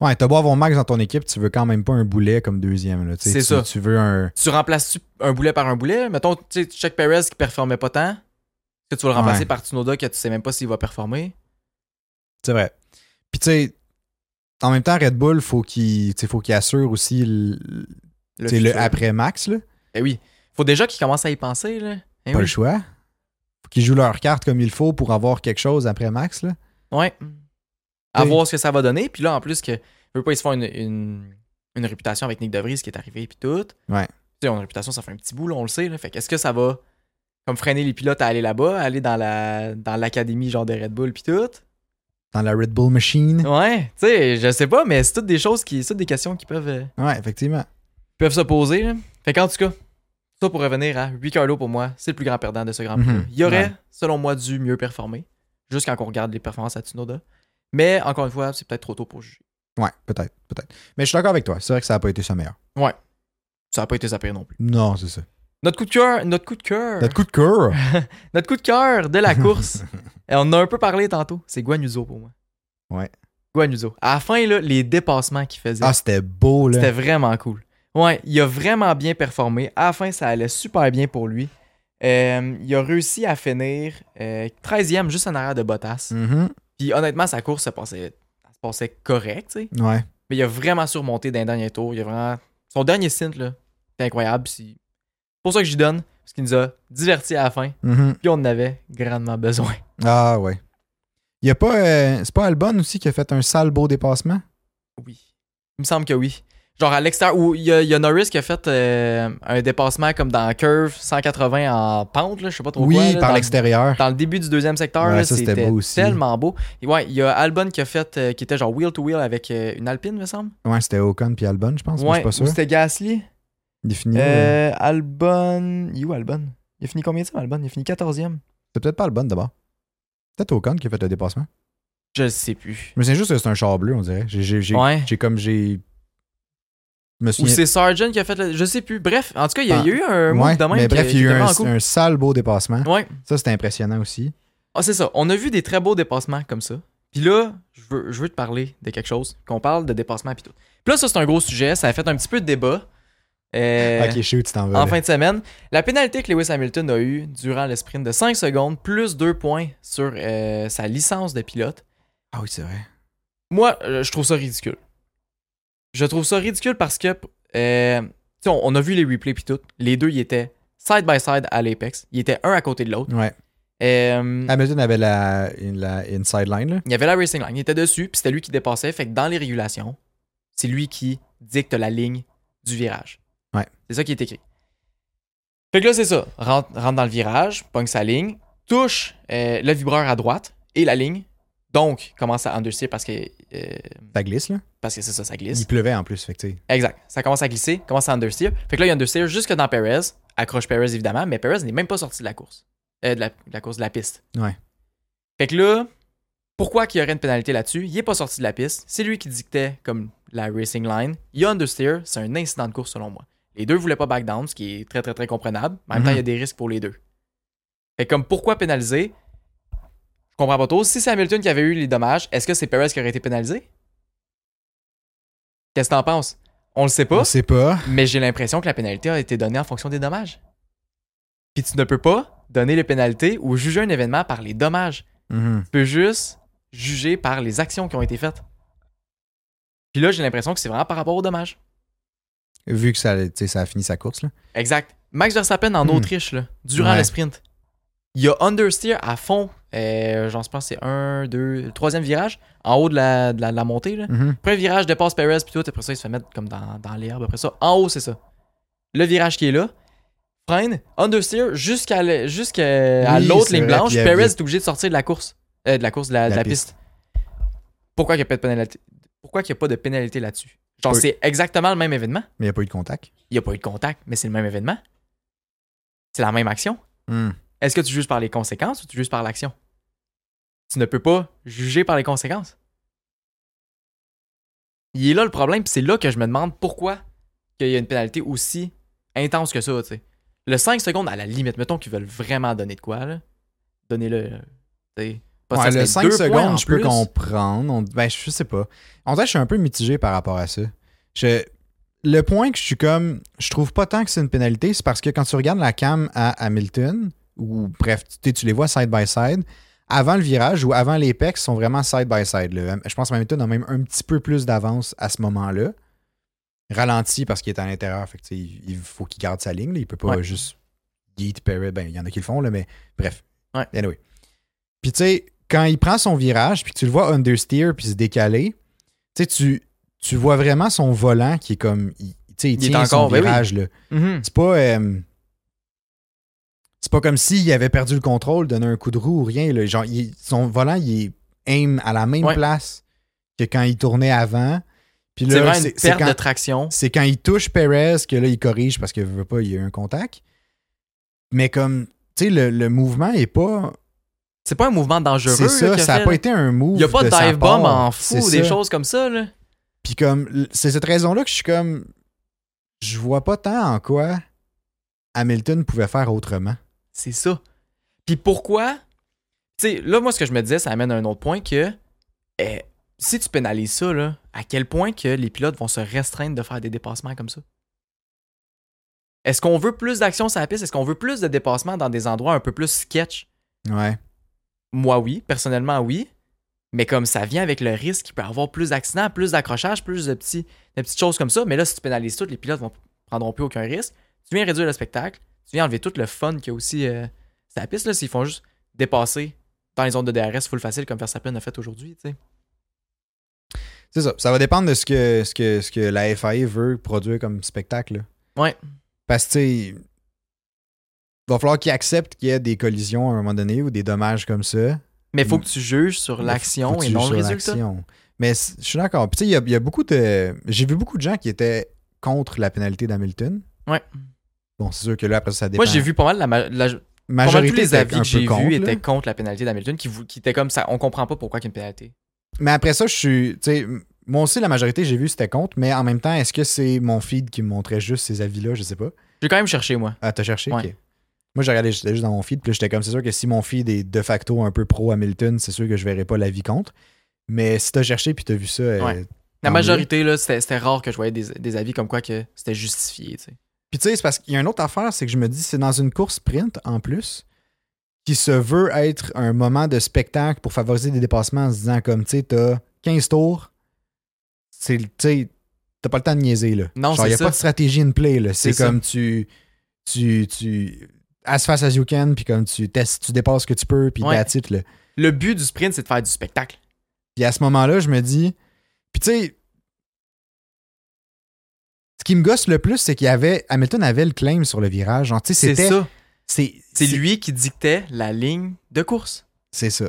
S2: Ouais, t'as beau avoir Max dans ton équipe, tu veux quand même pas un boulet comme deuxième. là, tu sais.
S1: C'est
S2: Tu-
S1: ça.
S2: Tu veux un.
S1: Tu remplaces un boulet par un boulet? Mettons, tu sais, Chuck Perez qui performait pas tant. Est-ce que tu vas le remplacer
S2: Ouais.
S1: par Tsunoda que tu sais même pas s'il va performer?
S2: C'est vrai. Puis tu sais, en même temps, Red Bull, faut qu'il tu sais, faut qu'il assure aussi le, tu sais, le
S1: futur.
S2: après Max, là.
S1: Eh oui. Faut déjà qu'ils commencent à y penser, là. Eh
S2: pas
S1: oui.
S2: le choix. Faut qu'ils jouent leur carte comme il faut pour avoir quelque chose après Max, là.
S1: Ouais.
S2: Mm.
S1: À
S2: Oui.
S1: voir ce que ça va donner. Puis là, en plus, que je veux pas, ils se font une, une, une réputation avec Nick DeVries qui est arrivé, puis tout.
S2: Ouais.
S1: Tu sais, on a une réputation, ça fait un petit bout, là, on le sait. Là. Fait que est-ce que ça va comme freiner les pilotes à aller là-bas, aller dans la dans l'académie genre de Red Bull, puis tout?
S2: Dans la Red Bull Machine.
S1: Ouais. Tu sais, je sais pas, mais c'est toutes des choses qui. C'est toutes des questions qui peuvent, euh,
S2: Ouais, effectivement.
S1: peuvent se poser. là. Fait qu'en tout cas, ça pour revenir à Ricardo, pour moi, c'est le plus grand perdant de ce grand prix.
S2: Mhm.
S1: Il aurait,
S2: Ouais.
S1: selon moi, dû mieux performer, juste quand on regarde les performances à Tsunoda. Mais encore une fois, c'est peut-être trop tôt pour juger.
S2: Ouais, peut-être, peut-être. Mais je suis d'accord avec toi. C'est vrai que ça n'a pas été son meilleur.
S1: Ça n'a pas été sa pire non plus.
S2: Non, c'est ça.
S1: Notre coup de cœur, notre coup de cœur,
S2: Notre coup de cœur.
S1: notre coup de cœur de la course. et on en a un peu parlé tantôt. C'est Guanuso pour moi.
S2: Ouais.
S1: Guanuso. À la fin, là, les dépassements qu'il faisait,
S2: Ah, c'était beau, là.
S1: c'était vraiment cool. Ouais, il a vraiment bien performé. À la fin, ça allait super bien pour lui. Euh, il a réussi à finir euh, 13e juste en arrière de Bottas.
S2: Mhm.
S1: Puis honnêtement, sa course se passait, se passait correct, tu sais.
S2: Ouais.
S1: Mais il a vraiment surmonté dans les derniers tours. Il a vraiment... Son dernier synth, là, c'est incroyable. puis C'est pour ça que j'y donne, parce qu'il nous a divertis à la fin.
S2: Mhm.
S1: Puis on en avait grandement besoin.
S2: Ah, ouais. Il y a pas. euh, c'est pas Albon aussi qui a fait un sale beau dépassement?
S1: Oui. Il me semble que oui. Genre à l'extérieur, où il y, a- il y a Norris qui a fait euh, un dépassement comme dans Curve 180 en pente, là, je sais pas trop
S2: oui,
S1: quoi. là,
S2: par
S1: dans-
S2: l'extérieur.
S1: Dans le début du deuxième secteur,
S2: Ouais,
S1: là,
S2: ça, c'était
S1: c'était
S2: beau aussi.
S1: tellement beau. Et ouais, il y a Albon qui a fait, euh, qui était genre wheel to wheel avec euh, une Alpine, me semble.
S2: Ouais, c'était Ocon puis Albon, je pense. mais
S1: ouais,
S2: je
S1: ou
S2: suis Ah, pas sûr.
S1: c'était Gasly.
S2: Il est fini,
S1: Euh,
S2: euh,
S1: Albon. Il est où Albon Il a fini combien de temps, Albon Il a fini 14e.
S2: C'est peut-être pas Albon d'abord. Peut-être Ocon qui a fait le dépassement.
S1: Je sais plus.
S2: Je me souviens juste que c'est un char bleu, on dirait. J'ai, j'ai, j'ai,
S1: Ouais.
S2: j'ai comme j'ai. Je me
S1: Ou
S2: souviens.
S1: c'est Sargent qui a fait le. Je sais plus. Bref, en tout cas, il y a, il y a eu un move
S2: Ouais,
S1: de même
S2: mais
S1: qui-
S2: bref,
S1: qui
S2: il y a eu
S1: était
S2: un,
S1: vraiment cool.
S2: un sale beau dépassement.
S1: Ouais.
S2: Ça, c'était impressionnant aussi.
S1: Ah, c'est ça. On a vu des très beaux dépassements comme ça. Puis là, je veux, je veux te parler de quelque chose, qu'on parle de dépassement puis tout. Puis là, ça, c'est un gros sujet. Ça a fait un petit peu de débat euh,
S2: ok, shoot, tu t'en vas.
S1: en
S2: là.
S1: fin de semaine. La pénalité que Lewis Hamilton a eue durant le sprint de 5 secondes, plus 2 points sur euh, sa licence de pilote,
S2: Ah oui, c'est vrai.
S1: moi, euh, je trouve ça ridicule. Je trouve ça ridicule parce que, euh, tu sais, on, on a vu les replays puis tout. Les deux, ils étaient side by side à l'apex. Ils étaient un à côté de l'autre.
S2: Ouais.
S1: Euh,
S2: Hamilton avait la, une- la inside line, là.
S1: Il y avait la racing line, il était dessus, puis c'était lui qui dépassait. Fait que dans les régulations, c'est lui qui dicte la ligne du virage.
S2: Ouais.
S1: C'est ça qui est écrit. Fait que là, c'est ça. Rentre, rentre dans le virage, pogne sa ligne, touche euh, le vibreur à droite et la ligne. Donc, commence à understeer parce que euh,
S2: Ça glisse, là.
S1: parce que c'est ça, ça glisse.
S2: Il pleuvait en plus, fait que, tu sais.
S1: Exact. Ça commence à glisser, commence à understeer. Fait que là, il understeer jusque dans Perez. Accroche Perez, évidemment, mais Perez n'est même pas sorti de la course. Euh, de, la, de la course, de la piste.
S2: Ouais.
S1: Fait que là, pourquoi qu'il y aurait une pénalité là-dessus? Il n'est pas sorti de la piste. C'est lui qui dictait comme la racing line. Il a understeer. C'est un incident de course, selon moi. Les deux voulaient pas back down, ce qui est très, très, très comprenable. En même temps,
S2: Mhm.
S1: il y a des risques pour les deux. Fait que comme pourquoi pénaliser? Je comprends pas trop. Si c'est Hamilton qui avait eu les dommages, est-ce que c'est Perez qui aurait été pénalisé? Qu'est-ce que t'en penses? On le sait pas.
S2: On sait pas.
S1: Mais j'ai l'impression que la pénalité a été donnée en fonction des dommages. Puis tu ne peux pas donner les pénalités ou juger un événement par les dommages.
S2: Mhm.
S1: Tu peux juste juger par les actions qui ont été faites. Puis là, j'ai l'impression que c'est vraiment par rapport aux dommages.
S2: Vu que ça, tu sais, ça a fini sa course, là.
S1: Exact. Max Verstappen en
S2: Hmm.
S1: Autriche, là, durant
S2: Ouais.
S1: le sprint, il a understeer à fond. euh, J'en pense que c'est un, deux, le troisième virage, en haut de la, de la- de la montée. Là.
S2: Mhm.
S1: Premier virage, dépasse Perez, puis tout. Après ça, il se fait mettre comme dans, dans l'herbe. Après ça, en haut, c'est ça. Le virage qui est là, freine, understeer jusqu'à le- jusqu'à à
S2: Oui,
S1: l'autre
S2: c'est
S1: ligne
S2: vrai,
S1: blanche.
S2: puis il y
S1: Perez
S2: avait-
S1: est obligé de sortir de la course. Euh, de la course, de la, de la piste. Pourquoi il n'y a pas de pénalité? Pourquoi qu'il y a pas de pénalité là-dessus? Genre,
S2: Oui.
S1: c'est exactement le même événement.
S2: Mais il n'y a pas eu de contact.
S1: Il n'y a pas eu de contact, mais c'est le même événement. C'est la même action.
S2: Mm.
S1: Est-ce que tu juges par les conséquences ou tu juges par l'action? Tu ne peux pas juger par les conséquences. Il est là le problème, puis c'est là que je me demande pourquoi qu'il y a une pénalité aussi intense que ça, tu sais. Le 5 secondes, à la limite, mettons qu'ils veulent vraiment donner de quoi, là. Donnez-le. euh, tu sais, pas
S2: Ouais,
S1: ça, ça
S2: le
S1: fait
S2: 5
S1: deux points en
S2: secondes, je peux
S1: plus.
S2: comprendre. On- ben, je sais pas. En vrai, je suis un peu mitigé par rapport à ça. Je- le point que je suis comme, je trouve pas tant que c'est une pénalité, c'est parce que quand tu regardes la cam à Hamilton, ou bref, tu, tu sais, tu les vois side by side, avant le virage ou avant les pecs, ils sont vraiment side by side. là. Je pense que Hamilton a même un petit peu plus d'avance à ce moment-là. Ralenti parce qu'il est à l'intérieur, fait que, tu sais, il, il faut qu'il garde sa ligne, là. il peut pas
S1: Ouais.
S2: euh, juste yeet Perret. Ben, il y en a qui le font, là, mais bref.
S1: Ouais.
S2: Anyway. Puis tu sais, quand il prend son virage, puis que tu le vois understeer, puis se décaler, tu sais, tu, tu vois vraiment son volant qui est comme. Il, tu sais, il
S1: Il est
S2: tient son
S1: encore- ben oui.
S2: virage, là.
S1: Mhm.
S2: C'est pas. euh, c'est pas comme s'il avait perdu le contrôle, donné un coup de roue ou rien. là. Genre, il- son volant, il est aim à la même
S1: Ouais.
S2: place que quand il tournait avant. Puis
S1: C'est
S2: là,
S1: vraiment une
S2: c'est c'est
S1: perte de
S2: quand,
S1: traction.
S2: c'est quand il touche Perez que là, il corrige parce qu'il veut pas, il y a eu un contact. Mais comme, tu sais, le, le mouvement est pas.
S1: C'est pas un mouvement dangereux.
S2: C'est
S1: là,
S2: ça,
S1: qu'il a
S2: ça a
S1: fait,
S2: pas
S1: là.
S2: été un move.
S1: Il n'y a pas de
S2: sa
S1: dive
S2: part.
S1: bomb en fou,
S2: C'est
S1: des
S2: ça.
S1: choses comme ça, là.
S2: Puis comme, l- c'est cette raison-là que je suis comme, je vois pas tant en quoi Hamilton pouvait faire autrement.
S1: C'est ça. Puis pourquoi? Tu sais, là, moi, ce que je me disais, ça amène à un autre point que eh, si tu pénalises ça, là, à quel point que les pilotes vont se restreindre de faire des dépassements comme ça? Est-ce qu'on veut plus d'action sur la piste? Est-ce qu'on veut plus de dépassements dans des endroits un peu plus sketch?
S2: Ouais.
S1: Moi, oui. Personnellement, oui. Mais comme ça vient avec le risque qu'il peut y avoir plus d'accidents, plus d'accrochages, plus de, petits, de petites choses comme ça. Mais là, si tu pénalises tout, les pilotes ne prendront plus aucun risque. Tu viens réduire le spectacle. Tu viens enlever tout le fun qu'il y a aussi euh, sur la piste. là, S'ils font juste dépasser dans les zones de DRS full facile comme Verstappen a fait aujourd'hui. tu sais.
S2: C'est ça. Ça va dépendre de ce que, ce que, ce que la FIA veut produire comme spectacle. là.
S1: Ouais.
S2: Parce que, tu sais, va falloir qu'ils acceptent qu'il y ait des collisions à un moment donné ou des dommages comme ça.
S1: Mais il faut
S2: Mm.
S1: que tu juges sur
S2: Faut
S1: l'action
S2: que
S1: et
S2: tu
S1: non
S2: juges
S1: le
S2: sur
S1: résultat.
S2: l'action. Mais c- je suis d'accord. Puis, tu sais, il y a- il y, a beaucoup de. J'ai vu beaucoup de gens qui étaient contre la pénalité d'Hamilton.
S1: Ouais.
S2: Bon, c'est sûr que là, après ça, ça dépend.
S1: Moi, j'ai vu pas mal la, ma- la- pas mal
S2: Majorité
S1: tous les
S2: était
S1: avis
S2: un
S1: que j'ai
S2: peu contre,
S1: vus
S2: là.
S1: étaient contre la pénalité d'Hamilton qui, vou- qui était comme ça. On comprend pas pourquoi il y a une pénalité.
S2: Mais après ça, je suis. tu sais, m- moi aussi, la majorité, j'ai vu, c'était contre. Mais en même temps, est-ce que c'est mon feed qui me montrait juste ces avis-là Je sais pas.
S1: J'ai quand même cherché, moi.
S2: Ah, t'as cherché
S1: Ouais.
S2: Ok. Moi, j'ai regardé, j'étais juste dans mon feed. Puis là, j'étais comme, c'est sûr que si mon feed est de facto un peu pro-Hamilton, c'est sûr que je verrai pas l'avis contre. Mais si t'as cherché puis t'as vu ça. euh,
S1: Ouais. La
S2: tant
S1: majorité, là, c'était c'était rare que je voyais des, des avis comme quoi que c'était justifié, tu sais.
S2: Puis tu sais, c'est parce qu'il y a une autre affaire, c'est que je me dis, c'est dans une course sprint en plus, qui se veut être un moment de spectacle pour favoriser des dépassements en se disant comme, tu sais, t'as 15 tours, c'est, le- tu sais, t'as pas le temps de niaiser, là.
S1: Non,
S2: Genre,
S1: c'est
S2: y a
S1: ça.
S2: pas de stratégie in play, là. C'est
S1: C'est
S2: comme tu, tu, tu, as fast as you can, puis comme tu testes, tu dépasses ce que tu peux, puis
S1: Ouais.
S2: that's it, là.
S1: Le but du sprint, c'est de faire du spectacle.
S2: Puis à ce moment-là, je me dis. Puis tu sais. Ce qui me gosse le plus, c'est qu'il y avait. Hamilton avait le claim sur le virage. Genre, tu sais,
S1: C'est
S2: c'était.
S1: ça.
S2: C'est
S1: C'est lui qui dictait la ligne de course.
S2: C'est ça.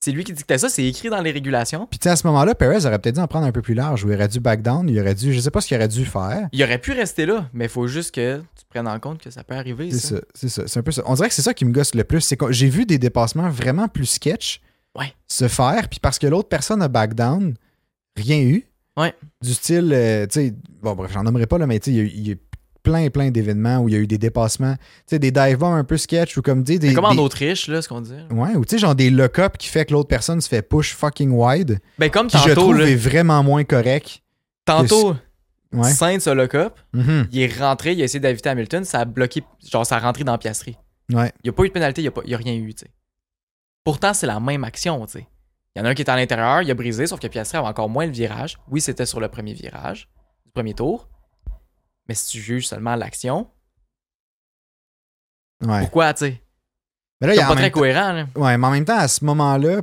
S1: C'est lui qui dictait ça, c'est écrit dans les régulations.
S2: Puis tu sais, à ce moment-là, Perez aurait peut-être dû en prendre un peu plus large, ou il aurait dû back down, il aurait dû. Je sais pas ce qu'il aurait dû faire.
S1: Il aurait pu rester là, mais il faut juste que tu prennes en compte que ça peut arriver.
S2: C'est
S1: ça.
S2: ça, c'est ça. C'est un peu ça. On dirait que c'est ça qui me gosse le plus. C'est que j'ai vu des dépassements vraiment plus sketch
S1: Ouais.
S2: se faire, puis parce que l'autre personne a back down, rien eu.
S1: Ouais.
S2: Du style, euh, tu sais, bon, bref, j'en nommerai pas, là, mais tu sais, il y a eu- il y, a eu plein, plein d'événements où il y a eu des dépassements, tu sais, des dive bombs un peu sketch ou comme dit, des.
S1: C'est comme en
S2: des-
S1: Autriche, là, ce qu'on dit.
S2: Ouais, ou tu sais, genre des lock-up qui fait que l'autre personne se fait push fucking wide,
S1: Ben, comme
S2: qui je
S1: tantôt,
S2: trouve
S1: là,
S2: est vraiment moins correct.
S1: tantôt,
S2: Ouais.
S1: Sainz a lock-up,
S2: Mhm.
S1: il est rentré, il a essayé d'éviter Hamilton, ça a bloqué, genre, ça a rentré dans Piastri.
S2: Ouais.
S1: Il n'y a pas eu de pénalité, il n'y a, pas- il y a rien eu, tu sais. Pourtant, c'est la même action, tu sais. Il y en a un qui est à l'intérieur, il a brisé, sauf que Piastri avait encore moins le virage. Oui, c'était sur le premier virage, du premier tour. Mais si tu juges seulement l'action,
S2: Ouais.
S1: pourquoi, tu sais?
S2: Mais là, il y
S1: C'est
S2: a en
S1: pas
S2: même
S1: très
S2: temps-
S1: cohérent, là.
S2: Ouais, mais en même temps, à ce moment-là,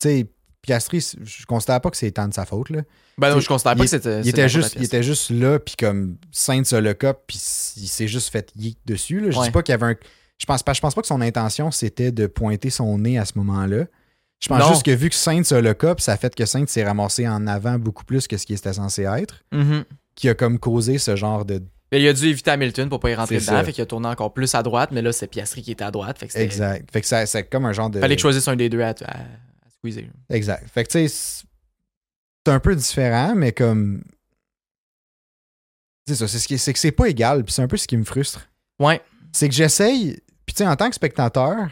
S2: tu sais, Piastri, c- je considère pas que c'est tant de sa faute. Là.
S1: Ben non,
S2: Tu-
S1: je considère pas
S2: il-
S1: que c'était.
S2: Il,
S1: c'est
S2: était
S1: la faute à
S2: juste, il
S1: Piastri.
S2: était juste là, puis comme Sainte se le cop, puis s- il s'est juste fait yeet dessus. là. Je
S1: Ouais.
S2: dis pas qu'il y avait un. Je pense pas, je pense pas que son intention c'était de pointer son nez à ce moment-là. Je pense
S1: Non.
S2: juste que vu que Saints a le cop, ça a fait que Saints s'est ramassé en avant beaucoup plus que ce qui était censé être,
S1: Mhm.
S2: qui a comme causé ce genre de.
S1: Mais il a dû éviter Hamilton pour pas y rentrer
S2: C'est
S1: dedans,
S2: ça.
S1: fait qu'il a tourné encore plus à droite, mais là, c'est Piastri qui était à droite. Fait que c'était-
S2: Exact. Fait que ça- c'est comme un genre de.
S1: Fallait que je choisisse un des deux à, à, à squeezer.
S2: Exact. Fait que tu sais, c'est un peu différent, mais comme. C'est ça, c'est ce qui- c'est que c'est pas égal, puis c'est un peu ce qui me frustre.
S1: Ouais.
S2: C'est que j'essaye, puis tu sais, en tant que spectateur,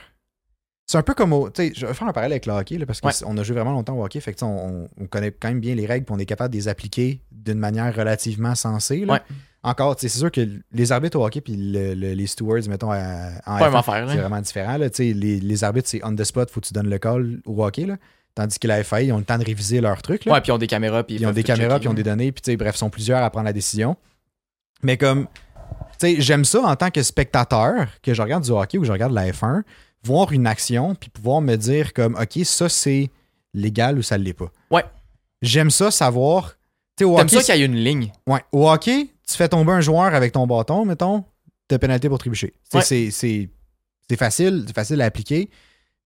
S2: c'est un peu comme au. Tu sais, je vais faire un parallèle avec le hockey, là, parce
S1: Ouais.
S2: qu'on a joué vraiment longtemps au hockey, fait que tu sais, on, on- on connaît quand même bien les règles, puis on est capable de les appliquer d'une manière relativement sensée. là.
S1: Ouais.
S2: Encore, tu sais, c'est sûr que les arbitres au hockey, puis le- le- les stewards, mettons, à- en
S1: Pas
S2: F1,
S1: même affaire,
S2: c'est
S1: là.
S2: vraiment différent. Là. Tu sais, Les, les arbitres, c'est on the spot, faut que tu donnes le call au hockey. Là. Tandis que la FAI, ils ont le temps de réviser leur truc. Là.
S1: Ouais, puis ils ont des caméras, puis
S2: ils ont
S1: peuvent
S2: des
S1: tout
S2: caméras,
S1: checker,
S2: puis ils ont
S1: là.
S2: des données, puis tu sais, bref, ils sont plusieurs à prendre la décision. Mais comme, tu sais, j'aime ça en tant que spectateur, que je regarde du hockey ou que je regarde la F1, voir une action, puis pouvoir me dire comme, OK, ça c'est légal ou ça ne l'est pas.
S1: Ouais.
S2: J'aime ça savoir. Tu sais, au
S1: T'aimes
S2: hockey,
S1: ça qu'il y ait une ligne.
S2: Ouais. Au hockey, tu fais tomber un joueur avec ton bâton, mettons, t'as pénalité pour trébucher. Tu sais,
S1: Ouais.
S2: C'est, c'est, c'est facile, c'est facile à appliquer.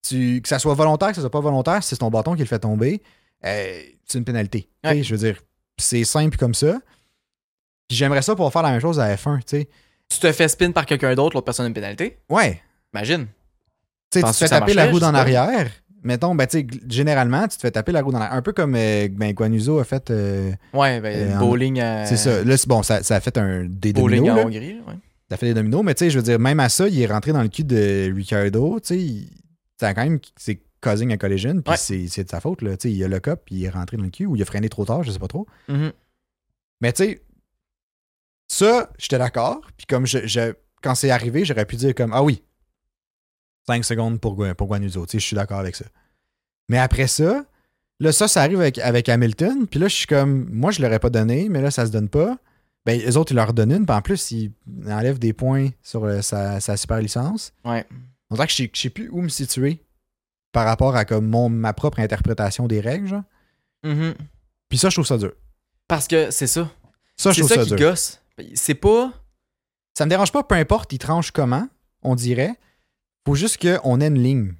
S2: Tu, que ça soit volontaire, que ça soit pas volontaire, si c'est ton bâton qui le fait tomber, euh, c'est une pénalité. Tu sais,
S1: Ouais.
S2: Je veux dire, c'est simple comme ça. Puis j'aimerais ça pour faire la même chose à F1, tu sais.
S1: Tu te fais spin par quelqu'un d'autre, l'autre personne a une pénalité.
S2: Ouais.
S1: Imagine.
S2: Tu sais, tu te
S1: Penses-tu
S2: fais
S1: que ça
S2: taper la
S1: marcherait,
S2: roue d'en
S1: je sais pas.
S2: arrière. Mettons, ben, tu sais, gl- généralement, tu te fais taper la roue d'en arrière. Un peu comme euh, ben, Guanuso a fait. euh,
S1: Ouais, ben,
S2: Euh, en-
S1: bowling à.
S2: C'est ça. Là, c'est- bon, ça, ça a fait un des
S1: Bowling
S2: dominos,
S1: en
S2: là.
S1: Hongrie, là, ouais.
S2: ça fait des dominos, mais tu sais, je veux dire, même à ça, il est rentré dans le cul de Ricardo, tu sais, il- ça a quand même, c'est causing a collision, puis
S1: Ouais.
S2: c'est c'est de sa faute, là, tu sais, il a le cop, puis il est rentré dans le cul, ou il a freiné trop tard, je sais pas trop.
S1: Mhm.
S2: Mais tu sais, ça, j'étais d'accord, puis comme je, je- quand c'est arrivé, j'aurais pu dire comme, ah oui, 5 secondes pour, Gu- pour Guanuso, tu sais, je suis d'accord avec ça. Mais après ça, là, ça, ça arrive avec, avec Hamilton, puis là, je suis comme, moi, je l'aurais pas donné, mais là, ça se donne pas. Ben, eux autres, ils leur donnent une, puis en plus, ils enlèvent des points sur euh, sa, sa super licence.
S1: Ouais.
S2: On dirait que je sais- je sais plus où me situer par rapport à comme mon, ma propre interprétation des règles, genre.
S1: Mhm.
S2: Puis ça, je trouve ça dur.
S1: Parce que c'est ça.
S2: Ça, je
S1: C'est
S2: trouve
S1: ça,
S2: ça,
S1: qui
S2: dur.
S1: gosse. C'est pas.
S2: Ça me dérange pas, peu importe, ils tranchent comment, on dirait. Faut juste qu'on ait une ligne.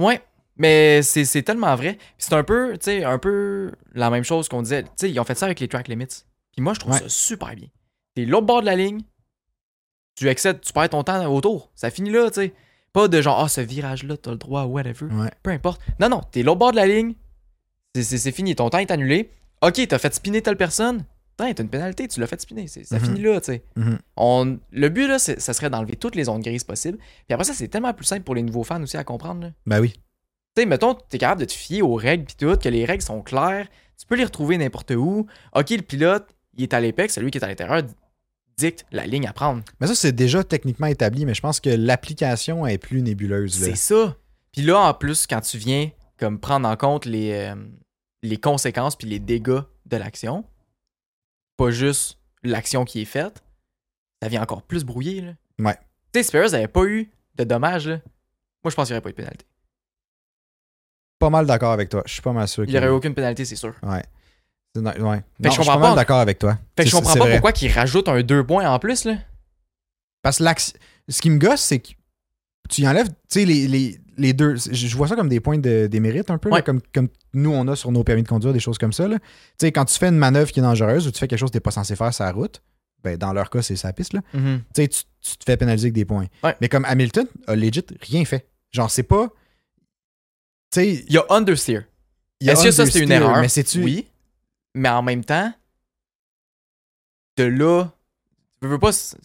S1: Ouais, mais c'est c'est tellement vrai. Puis C'est un peu, tu sais, un peu la même chose qu'on disait. Tu sais, ils ont fait ça avec les track limits. Puis moi, je trouve
S2: Ouais.
S1: ça super bien. T'es l'autre bord de la ligne, tu accèdes, tu perds ton temps autour. Ça finit là, tu sais. Pas de genre, ah, ce virage-là, t'as le droit, whatever.
S2: Ouais.
S1: Peu importe. Non, non, t'es l'autre bord de la ligne, c'est- c'est c'est fini, ton temps est annulé. Ok, t'as fait spinner telle personne. Putain, t'as une pénalité, tu l'as fait spinner. C'est- Ça
S2: Mhm.
S1: finit là, tu sais.
S2: Mhm.
S1: On- Le but, là, c'est- ça serait d'enlever toutes les zones grises possibles. Puis après ça, c'est tellement plus simple pour les nouveaux fans aussi à comprendre. là.
S2: Ben oui.
S1: Tu sais, mettons, t'es capable de te fier aux règles pis tout, que les règles sont claires, tu peux les retrouver n'importe où. Ok, le pilote, il est à l'apex, celui qui est à l'intérieur dicte la ligne à prendre.
S2: Mais ça, c'est déjà techniquement établi, mais je pense que l'application est plus nébuleuse. là.
S1: C'est ça. Puis là, en plus, quand tu viens comme prendre en compte les, euh, les conséquences puis les dégâts de l'action, pas juste l'action qui est faite, ça vient encore plus brouillé. Là.
S2: Ouais.
S1: Tu sais, Spears n'avait pas eu de dommages. Là. Moi, je pense qu'il n'y aurait pas eu de pénalité.
S2: Pas mal d'accord avec toi. Je suis pas mal sûr.
S1: Il
S2: que-
S1: n'y aurait eu aucune pénalité, c'est sûr.
S2: Ouais. C'est- non, ouais.
S1: que
S2: Non,
S1: je
S2: je suis
S1: comprends
S2: pas mal
S1: pas-
S2: d'accord avec toi.
S1: Fait que je
S2: C'est-
S1: comprends
S2: c'est
S1: pas
S2: vrai.
S1: pourquoi qu'il rajoute un deux points en plus. Là.
S2: Parce que l'ax- ce qui me gosse, c'est que tu y enlèves, tu sais, les, les- les deux. Je je vois ça comme des points de, des mérites un peu, là,
S1: Ouais.
S2: comme, comme nous, on a sur nos permis de conduire, des choses comme ça. là. Tu sais, quand tu fais une manœuvre qui est dangereuse ou tu fais quelque chose que tu n'es pas censé faire sur la route, ben, dans leur cas, c'est sa piste, là. Tu sais, tu, tu te fais pénaliser avec des points.
S1: Ouais.
S2: Mais comme Hamilton a legit rien fait. Genre, c'est pas. Tu sais,
S1: Il y a understeer.
S2: il y a
S1: Est-ce que ça, c'est une
S2: understeer,
S1: erreur?
S2: Mais c'est-tu.
S1: Oui. Mais en même temps, de là, tu veux pas, c-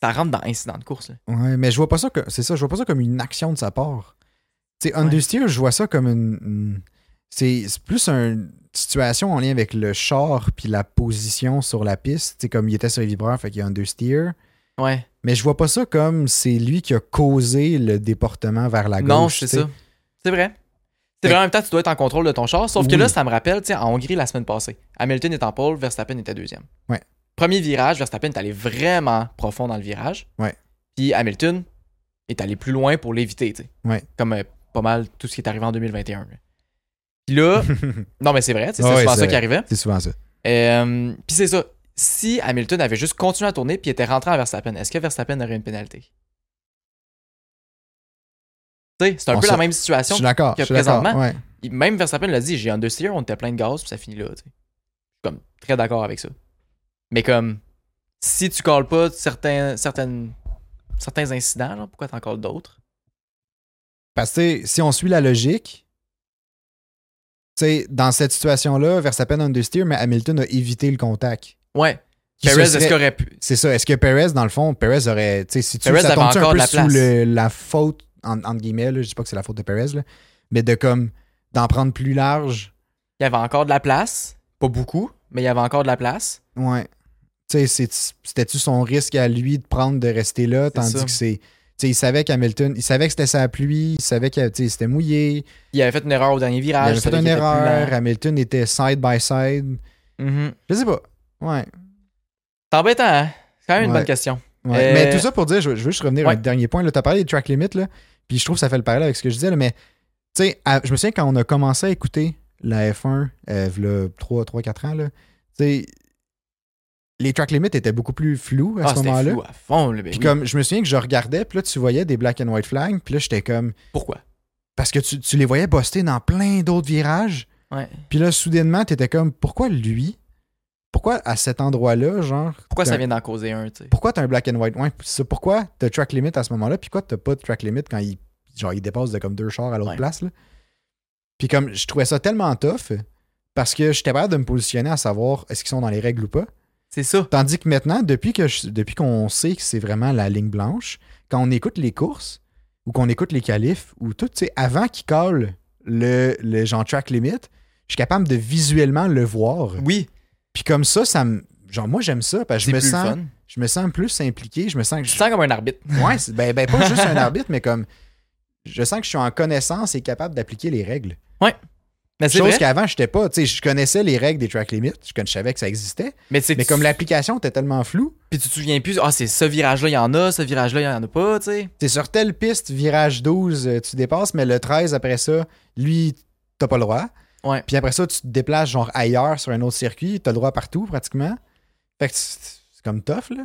S1: ça rentre dans incident de course. là.
S2: Ouais, mais je vois pas ça que c'est ça, je vois pas ça comme une action de sa part. Tu sais, understeer, je vois ça comme une, une- c'est c'est plus une situation en lien avec le char puis la position sur la piste, tu sais comme il était sur les vibreurs, fait qu'il y a understeer,
S1: Ouais.
S2: mais je vois pas ça comme c'est lui qui a causé le déportement vers la gauche.
S1: non, c'est
S2: tu sais.
S1: ça. C'est vrai.
S2: Fait-
S1: C'est vrai, en même temps, tu dois être en contrôle de ton char. Sauf que
S2: Oui.
S1: là, ça me rappelle, tu sais, en Hongrie la semaine passée, Hamilton est en pole, Verstappen était deuxième.
S2: Ouais.
S1: Premier virage, Verstappen est allé vraiment profond dans le virage.
S2: Ouais.
S1: Puis Hamilton est allé plus loin pour l'éviter, tu sais.
S2: Ouais.
S1: Comme euh, pas mal tout ce qui est arrivé en 2021. là. Puis là, non, mais c'est vrai, tu sais, c'est
S2: Ouais,
S1: souvent ça
S2: c'est vrai.
S1: qui arrivait.
S2: c'est souvent ça.
S1: Euh, Puis c'est ça. Si Hamilton avait juste continué à tourner puis était rentré à Verstappen, est-ce que Verstappen aurait une pénalité? Tu sais, c'est un
S2: On
S1: peu
S2: se-
S1: la même
S2: Je
S1: situation.
S2: suis d'accord.
S1: que
S2: Je suis d'accord.
S1: présentement,
S2: ouais.
S1: Il- Même Verstappen l'a dit, j'ai understeer, on était plein de gaz, puis ça finit là. tu sais. Je suis comme très d'accord avec ça. Mais comme, si tu calls pas certains, certaines, certains incidents, genre, pourquoi t'en calls d'autres?
S2: Parce que tu sais, si on suit la logique, tu sais, dans cette situation-là, Verstappen understeer, mais Hamilton a évité le contact.
S1: Ouais.
S2: Qui se
S1: Perez,
S2: serait-
S1: est-ce qu'il aurait pu?
S2: C'est ça. Est-ce que Perez, dans le fond, Perez aurait. tu sais, Si tu
S1: Perez
S2: ça
S1: avait
S2: tombe-tu
S1: encore
S2: un
S1: de
S2: peu
S1: la
S2: sous
S1: place.
S2: le- la faute, en- entre guillemets, là, je dis pas que c'est la faute de Perez, là, mais de comme d'en prendre plus large.
S1: Il y avait encore de la place, pas beaucoup, mais il y avait encore de la place.
S2: Ouais. Tu sais, c'est- c'était-tu son risque à lui de prendre, de rester là, tandis
S1: ça.
S2: que c'est. Tu sais, il savait qu'Hamilton, il savait que c'était sa pluie, il savait que tu sais, c'était mouillé,
S1: Il avait fait une erreur au dernier
S2: il
S1: virage.
S2: avait fait
S1: savait
S2: une
S1: qu'il était plus
S2: erreur,
S1: lent.
S2: Hamilton était side by side.
S1: Mhm.
S2: Je sais pas. Ouais.
S1: C'est embêtant, hein? C'est quand même une
S2: Ouais.
S1: bonne question.
S2: Ouais.
S1: Euh,
S2: Mais tout ça pour dire, je, veux- je veux juste revenir à un
S1: ouais.
S2: dernier point. Tu as parlé des track limits, là, puis je trouve que ça fait le parallèle avec ce que je disais, là, mais tu sais, à- je me souviens quand on a commencé à écouter la F1, euh, v'là 3, 3, 4 ans, là, tu sais, les track limits étaient beaucoup plus flous à
S1: Ah,
S2: ce
S1: c'était
S2: moment-là.
S1: flou à fond, là, ben
S2: Puis
S1: oui.
S2: comme je me souviens que je regardais, puis là tu voyais des black and white flags, puis là j'étais comme
S1: Pourquoi?
S2: parce que tu, tu les voyais buster dans plein d'autres virages,
S1: Ouais.
S2: puis là soudainement tu étais comme pourquoi lui Pourquoi à cet endroit-là, genre
S1: Pourquoi
S2: t'as-
S1: ça vient d'en causer un, tu sais?
S2: pourquoi t'as un black and white? Ouais, c'est ça. pourquoi t'as track limit à ce moment-là, puis pourquoi t'as pas de track limit quand il, genre, il dépasse de comme deux chars à l'autre
S1: Ouais.
S2: place, là? Puis comme, je trouvais ça tellement tough, parce que j'étais pas de me positionner à savoir est-ce qu'ils sont dans les règles ou pas.
S1: C'est ça.
S2: Tandis que maintenant, depuis que je- depuis qu'on sait que c'est vraiment la ligne blanche, quand on écoute les courses, ou qu'on écoute les qualifs, ou tout, tu sais, avant qu'ils collent le, le genre track limit, je suis capable de visuellement le voir.
S1: Oui,
S2: Puis comme ça, ça me... Genre, moi, j'aime ça, parce
S1: c'est
S2: que je me
S1: plus le
S2: sens
S1: fun.
S2: je me sens plus impliqué, je me sens que
S1: Tu te
S2: je,
S1: sens comme un arbitre.
S2: ouais, c'est- ben, ben, pas juste un arbitre, mais comme je sens que je suis en connaissance et capable d'appliquer les règles.
S1: Mais Ah, c'est
S2: Chose
S1: vrai.
S2: qu'avant, je n'étais pas. Tu sais, je connaissais les règles des track limits, je, con- je savais que ça existait,
S1: Mais, c'est
S2: mais comme l'application était tellement floue,
S1: Puis tu te souviens plus, ah, c'est ce virage-là, il y en a, ce virage-là, il y en a pas, tu sais.
S2: tu sais, sur telle piste, virage 12, euh, tu dépasses, mais le 13 après ça, lui, t'as pas le droit.
S1: Ouais.
S2: Puis après ça, tu te déplaces genre ailleurs sur un autre circuit, t'as le droit partout pratiquement. Fait que c'est c'est comme tough, là.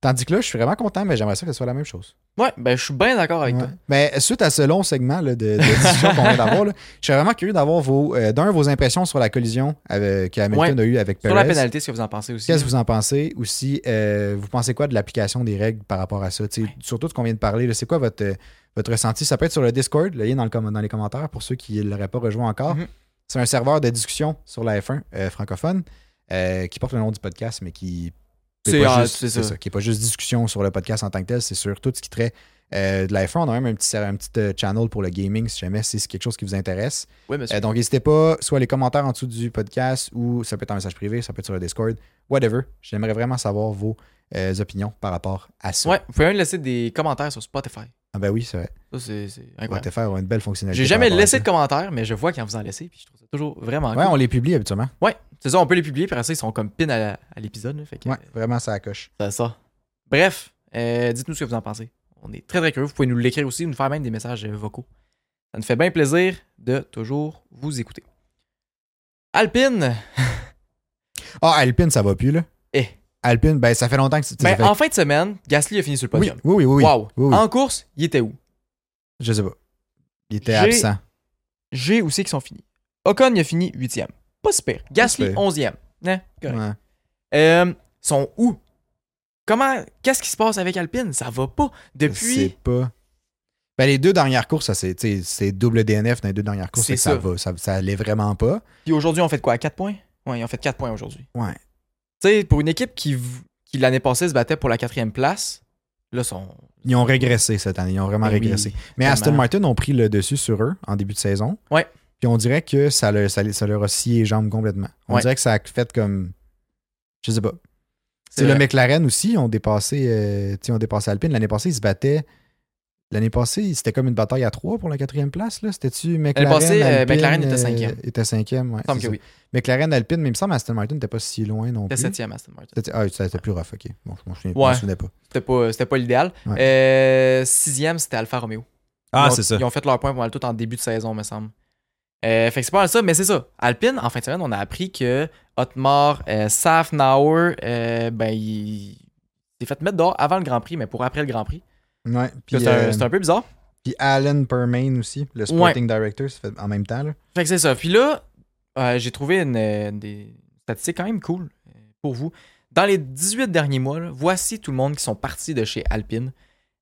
S2: Tandis que là, je suis vraiment content, mais j'aimerais ça que ce soit la même chose.
S1: Ouais, ben je suis bien d'accord avec
S2: Ouais.
S1: toi.
S2: Mais suite à ce long segment là, de, de discussion qu'on vient d'avoir, là, je suis vraiment curieux d'avoir vos, euh, d'un, vos impressions sur la collision avec, que Hamilton a eue avec Perez.
S1: Sur la pénalité, ce que vous en pensez aussi. hein.
S2: Qu'est-ce que vous en pensez? Aussi, euh, vous pensez quoi de l'application des règles par rapport à ça? Tu sais, Surtout de ce qu'on vient de parler, là, c'est quoi votre, euh, votre ressenti? Ça peut être sur le Discord, le lien dans, le com- dans les commentaires pour ceux qui ne l'auraient pas rejoint encore.
S1: Mhm.
S2: C'est un serveur de discussion sur la F1 euh, francophone euh, qui porte le nom du podcast, mais qui
S1: C'est-
S2: pas
S1: ah,
S2: juste-
S1: c'est
S2: c'est
S1: ça.
S2: ça, qui n'est pas juste discussion sur le podcast en tant que tel, c'est sur tout ce qui traite euh, de la F1. On a même un petit, ser- un petit euh, channel pour le gaming si jamais c'est quelque chose qui vous intéresse.
S1: Oui, monsieur.
S2: Euh, donc, n'hésitez pas, soit les commentaires en dessous du podcast ou ça peut être en message privé, ça peut être sur le Discord, whatever. J'aimerais vraiment savoir vos euh, opinions par rapport à ça.
S1: ouais, vous pouvez même laisser des commentaires sur Spotify.
S2: Ah ben oui, c'est vrai.
S1: Ça, c'est c'est incroyable.
S2: Spotify a une belle fonctionnalité.
S1: J'ai
S2: par
S1: jamais
S2: rapport à
S1: laissé
S2: ça.
S1: de commentaires, mais je vois qu'ils en vous en laissez, puis je trouve ça toujours vraiment
S2: Ouais,
S1: cool.
S2: on les publie habituellement.
S1: Ouais, c'est ça, on peut les publier, puis après ça, ils sont comme pin à la- à l'épisode, là, fait que
S2: Ouais,
S1: euh,
S2: vraiment, ça coche.
S1: ça sort. Bref, euh, dites-nous ce que vous en pensez. On est très très curieux. Vous pouvez nous l'écrire aussi, nous faire même des messages euh, vocaux. Ça nous fait bien plaisir de toujours vous écouter. Alpine,
S2: Ah, Alpine, ça va plus, là.
S1: eh,
S2: Alpine, ben ça fait longtemps que c'est. ça
S1: Ben,
S2: fait-
S1: en fin de semaine, Gasly a fini sur le
S2: oui,
S1: podium.
S2: oui, oui, oui. oui.
S1: wow.
S2: oui.
S1: En course, il était où?
S2: Je sais pas. Il était
S1: J'ai-
S2: absent.
S1: G où c'est qu'ils sont finis? Ocon, il a fini 8e. Pas super. Gasly,
S2: pire.
S1: 11e. Hein, correct.
S2: Ouais.
S1: Euh, sont où? Comment? Qu'est-ce qui se passe avec Alpine? Ça va pas.
S2: C'est
S1: Depuis.
S2: pas. Ben, les deux dernières courses, ça, c'est, tu sais, c'est double DNF dans les deux dernières courses.
S1: C'est
S2: fait que ça
S1: ça.
S2: va. Ça, ça allait vraiment pas.
S1: Puis aujourd'hui, on fait de quoi? 4 points? Ouais, ils ont fait 4 points aujourd'hui.
S2: Ouais.
S1: Tu sais, pour une équipe qui, v- qui l'année passée se battait pour la quatrième place, là, sont.
S2: Ils ont régressé cette année. Ils ont vraiment
S1: Ben oui.
S2: régressé. Mais Aston
S1: Tellement.
S2: Martin ont pris le dessus sur eux en début de saison.
S1: Ouais.
S2: Puis on dirait que ça, le- ça, ça leur a scié les jambes complètement. On
S1: Ouais.
S2: dirait que ça a fait comme. Je sais pas. C'est
S1: vrai.
S2: le McLaren aussi, ils ont dépassé, euh, tu sais, ils ont dépassé Alpine. L'année passée, ils se battaient. L'année passée, c'était comme une bataille à trois pour la quatrième place. là. C'était-tu McLaren?
S1: passée, euh,
S2: Alpine,
S1: McLaren était
S2: euh,
S1: cinquième.
S2: était cinquième, ouais,
S1: Il me semble
S2: c'est
S1: que
S2: ça.
S1: oui.
S2: McLaren, Alpine, mais il me semble Aston Martin n'était pas si loin non plus.
S1: C'était 7e, Aston Martin.
S2: C'était- Ah, c'était plus rough, ok. Bon, je m'en souviens- je
S1: Ouais.
S2: m'en souvenais pas.
S1: C'était pas, c'était pas l'idéal.
S2: Ouais.
S1: Euh, sixième, c'était Alfa Romeo. Ils
S2: Ah,
S1: ont-
S2: c'est ça.
S1: Ils ont fait leur point pour mal tout en début de saison, me semble. Euh, fait que c'est pas mal ça, mais c'est ça. Alpine, en fin de semaine, on a appris que Otmar euh, Safnauer, euh, ben, il il s'est fait mettre dehors avant le Grand Prix, mais pour après le Grand Prix.
S2: Ouais, puis,
S1: C'est un,
S2: euh,
S1: c'est un peu bizarre.
S2: Puis Alan Permain aussi, le sporting director, c'est fait en même temps. là.
S1: Fait que c'est ça. Puis là, euh, j'ai trouvé une, euh, des statistiques quand même cool euh, pour vous. Dans les 18 derniers mois, là, voici tout le monde qui sont partis de chez Alpine.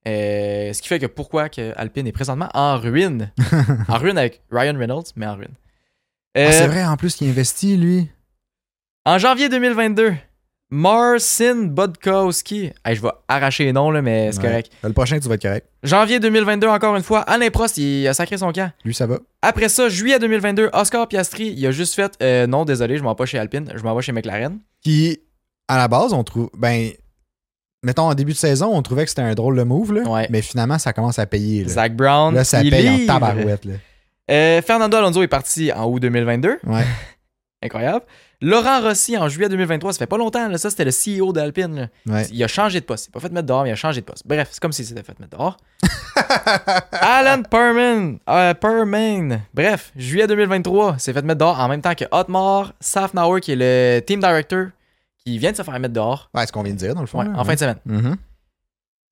S1: Euh, ce qui fait que pourquoi que Alpine est présentement en ruine. en ruine avec Ryan Reynolds, mais en ruine.
S2: Ah,
S1: Euh,
S2: c'est vrai, en plus, qu'il investit, lui.
S1: En janvier 2022, Marcin Bodkowski. Hey, je vais arracher les noms, là, mais c'est
S2: Ouais.
S1: correct.
S2: Euh, Le prochain, tu vas être correct.
S1: Janvier 2022, encore une fois, Alain Prost, il a sacré son camp.
S2: Lui, ça va.
S1: Après ça, juillet 2022, Oscar Piastri, il a juste fait euh, non, désolé, je m'en vais pas chez Alpine, je m'en vais chez McLaren.
S2: Qui, à la base, on trouve. Ben, mettons, en début de saison, on trouvait que c'était un drôle de move, là.
S1: Ouais.
S2: Mais finalement, ça commence à payer, là.
S1: Zach Brown,
S2: Là, ça
S1: il
S2: paye en
S1: livre.
S2: tabarouette, là.
S1: Euh, Fernando Alonso est parti en août 2022,
S2: Ouais.
S1: incroyable. Laurent Rossi en juillet 2023, ça fait pas longtemps, là, ça c'était le CEO d'Alpine. là.
S2: Ouais.
S1: Il a changé de poste, il s'est pas fait mettre dehors, mais il a changé de poste. Bref, c'est comme s'il s'était fait mettre dehors. Alan Perman, euh, Perman, bref, juillet 2023, s'est fait mettre dehors en même temps que Otmar Safnauer, qui est le team director, qui vient de se faire mettre dehors
S2: Ouais, ce qu'on vient de dire, dans le fond.
S1: Ouais,
S2: là.
S1: en fin de semaine.
S2: Mhm.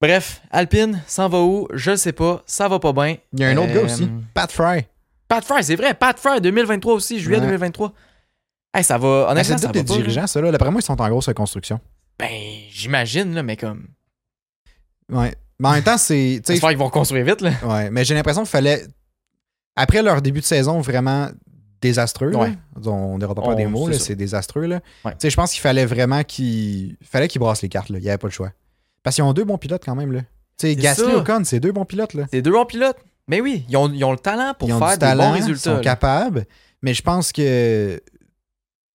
S1: Bref, Alpine s'en va où? Je le sais pas. Ça va pas bien.
S2: Il y a un autre
S1: Euh,
S2: gars aussi, Pat Fry.
S1: Pat Fry, c'est vrai. Pat Fry, 2023 aussi, juillet
S2: Ouais.
S1: 2023. Hey, ça va.
S2: Ben,
S1: Honnêtement,
S2: c'est
S1: ça
S2: tous
S1: va
S2: des
S1: pas. là.
S2: dirigeants, ça, là. D'après moi, ils sont en grosse reconstruction.
S1: Ben, j'imagine, là, mais comme.
S2: Ouais. Mais en même temps, c'est. tu sais,
S1: J'espère qu'ils vont construire vite, là.
S2: Ouais, mais j'ai l'impression qu'il fallait. Après leur début de saison vraiment désastreux, là,
S1: Ouais.
S2: on n'ira pas
S1: On-
S2: par des mots,
S1: c'est
S2: là,
S1: ça.
S2: c'est désastreux. là.
S1: Ouais.
S2: Tu sais, Je pense qu'il fallait vraiment qu'ils fallait qu'ils brassent les cartes. Là. Il n'y avait pas le choix. Parce qu'ils ont deux bons pilotes quand même. Là. Tu sais, Gasly
S1: ça.
S2: et Ocon, c'est deux bons pilotes. Là.
S1: C'est deux bons pilotes. Mais oui, ils ont, ils ont le talent pour
S2: ils ont
S1: faire
S2: du
S1: des
S2: talent,
S1: bons
S2: ils
S1: résultats.
S2: sont
S1: là.
S2: capables. Mais je pense que.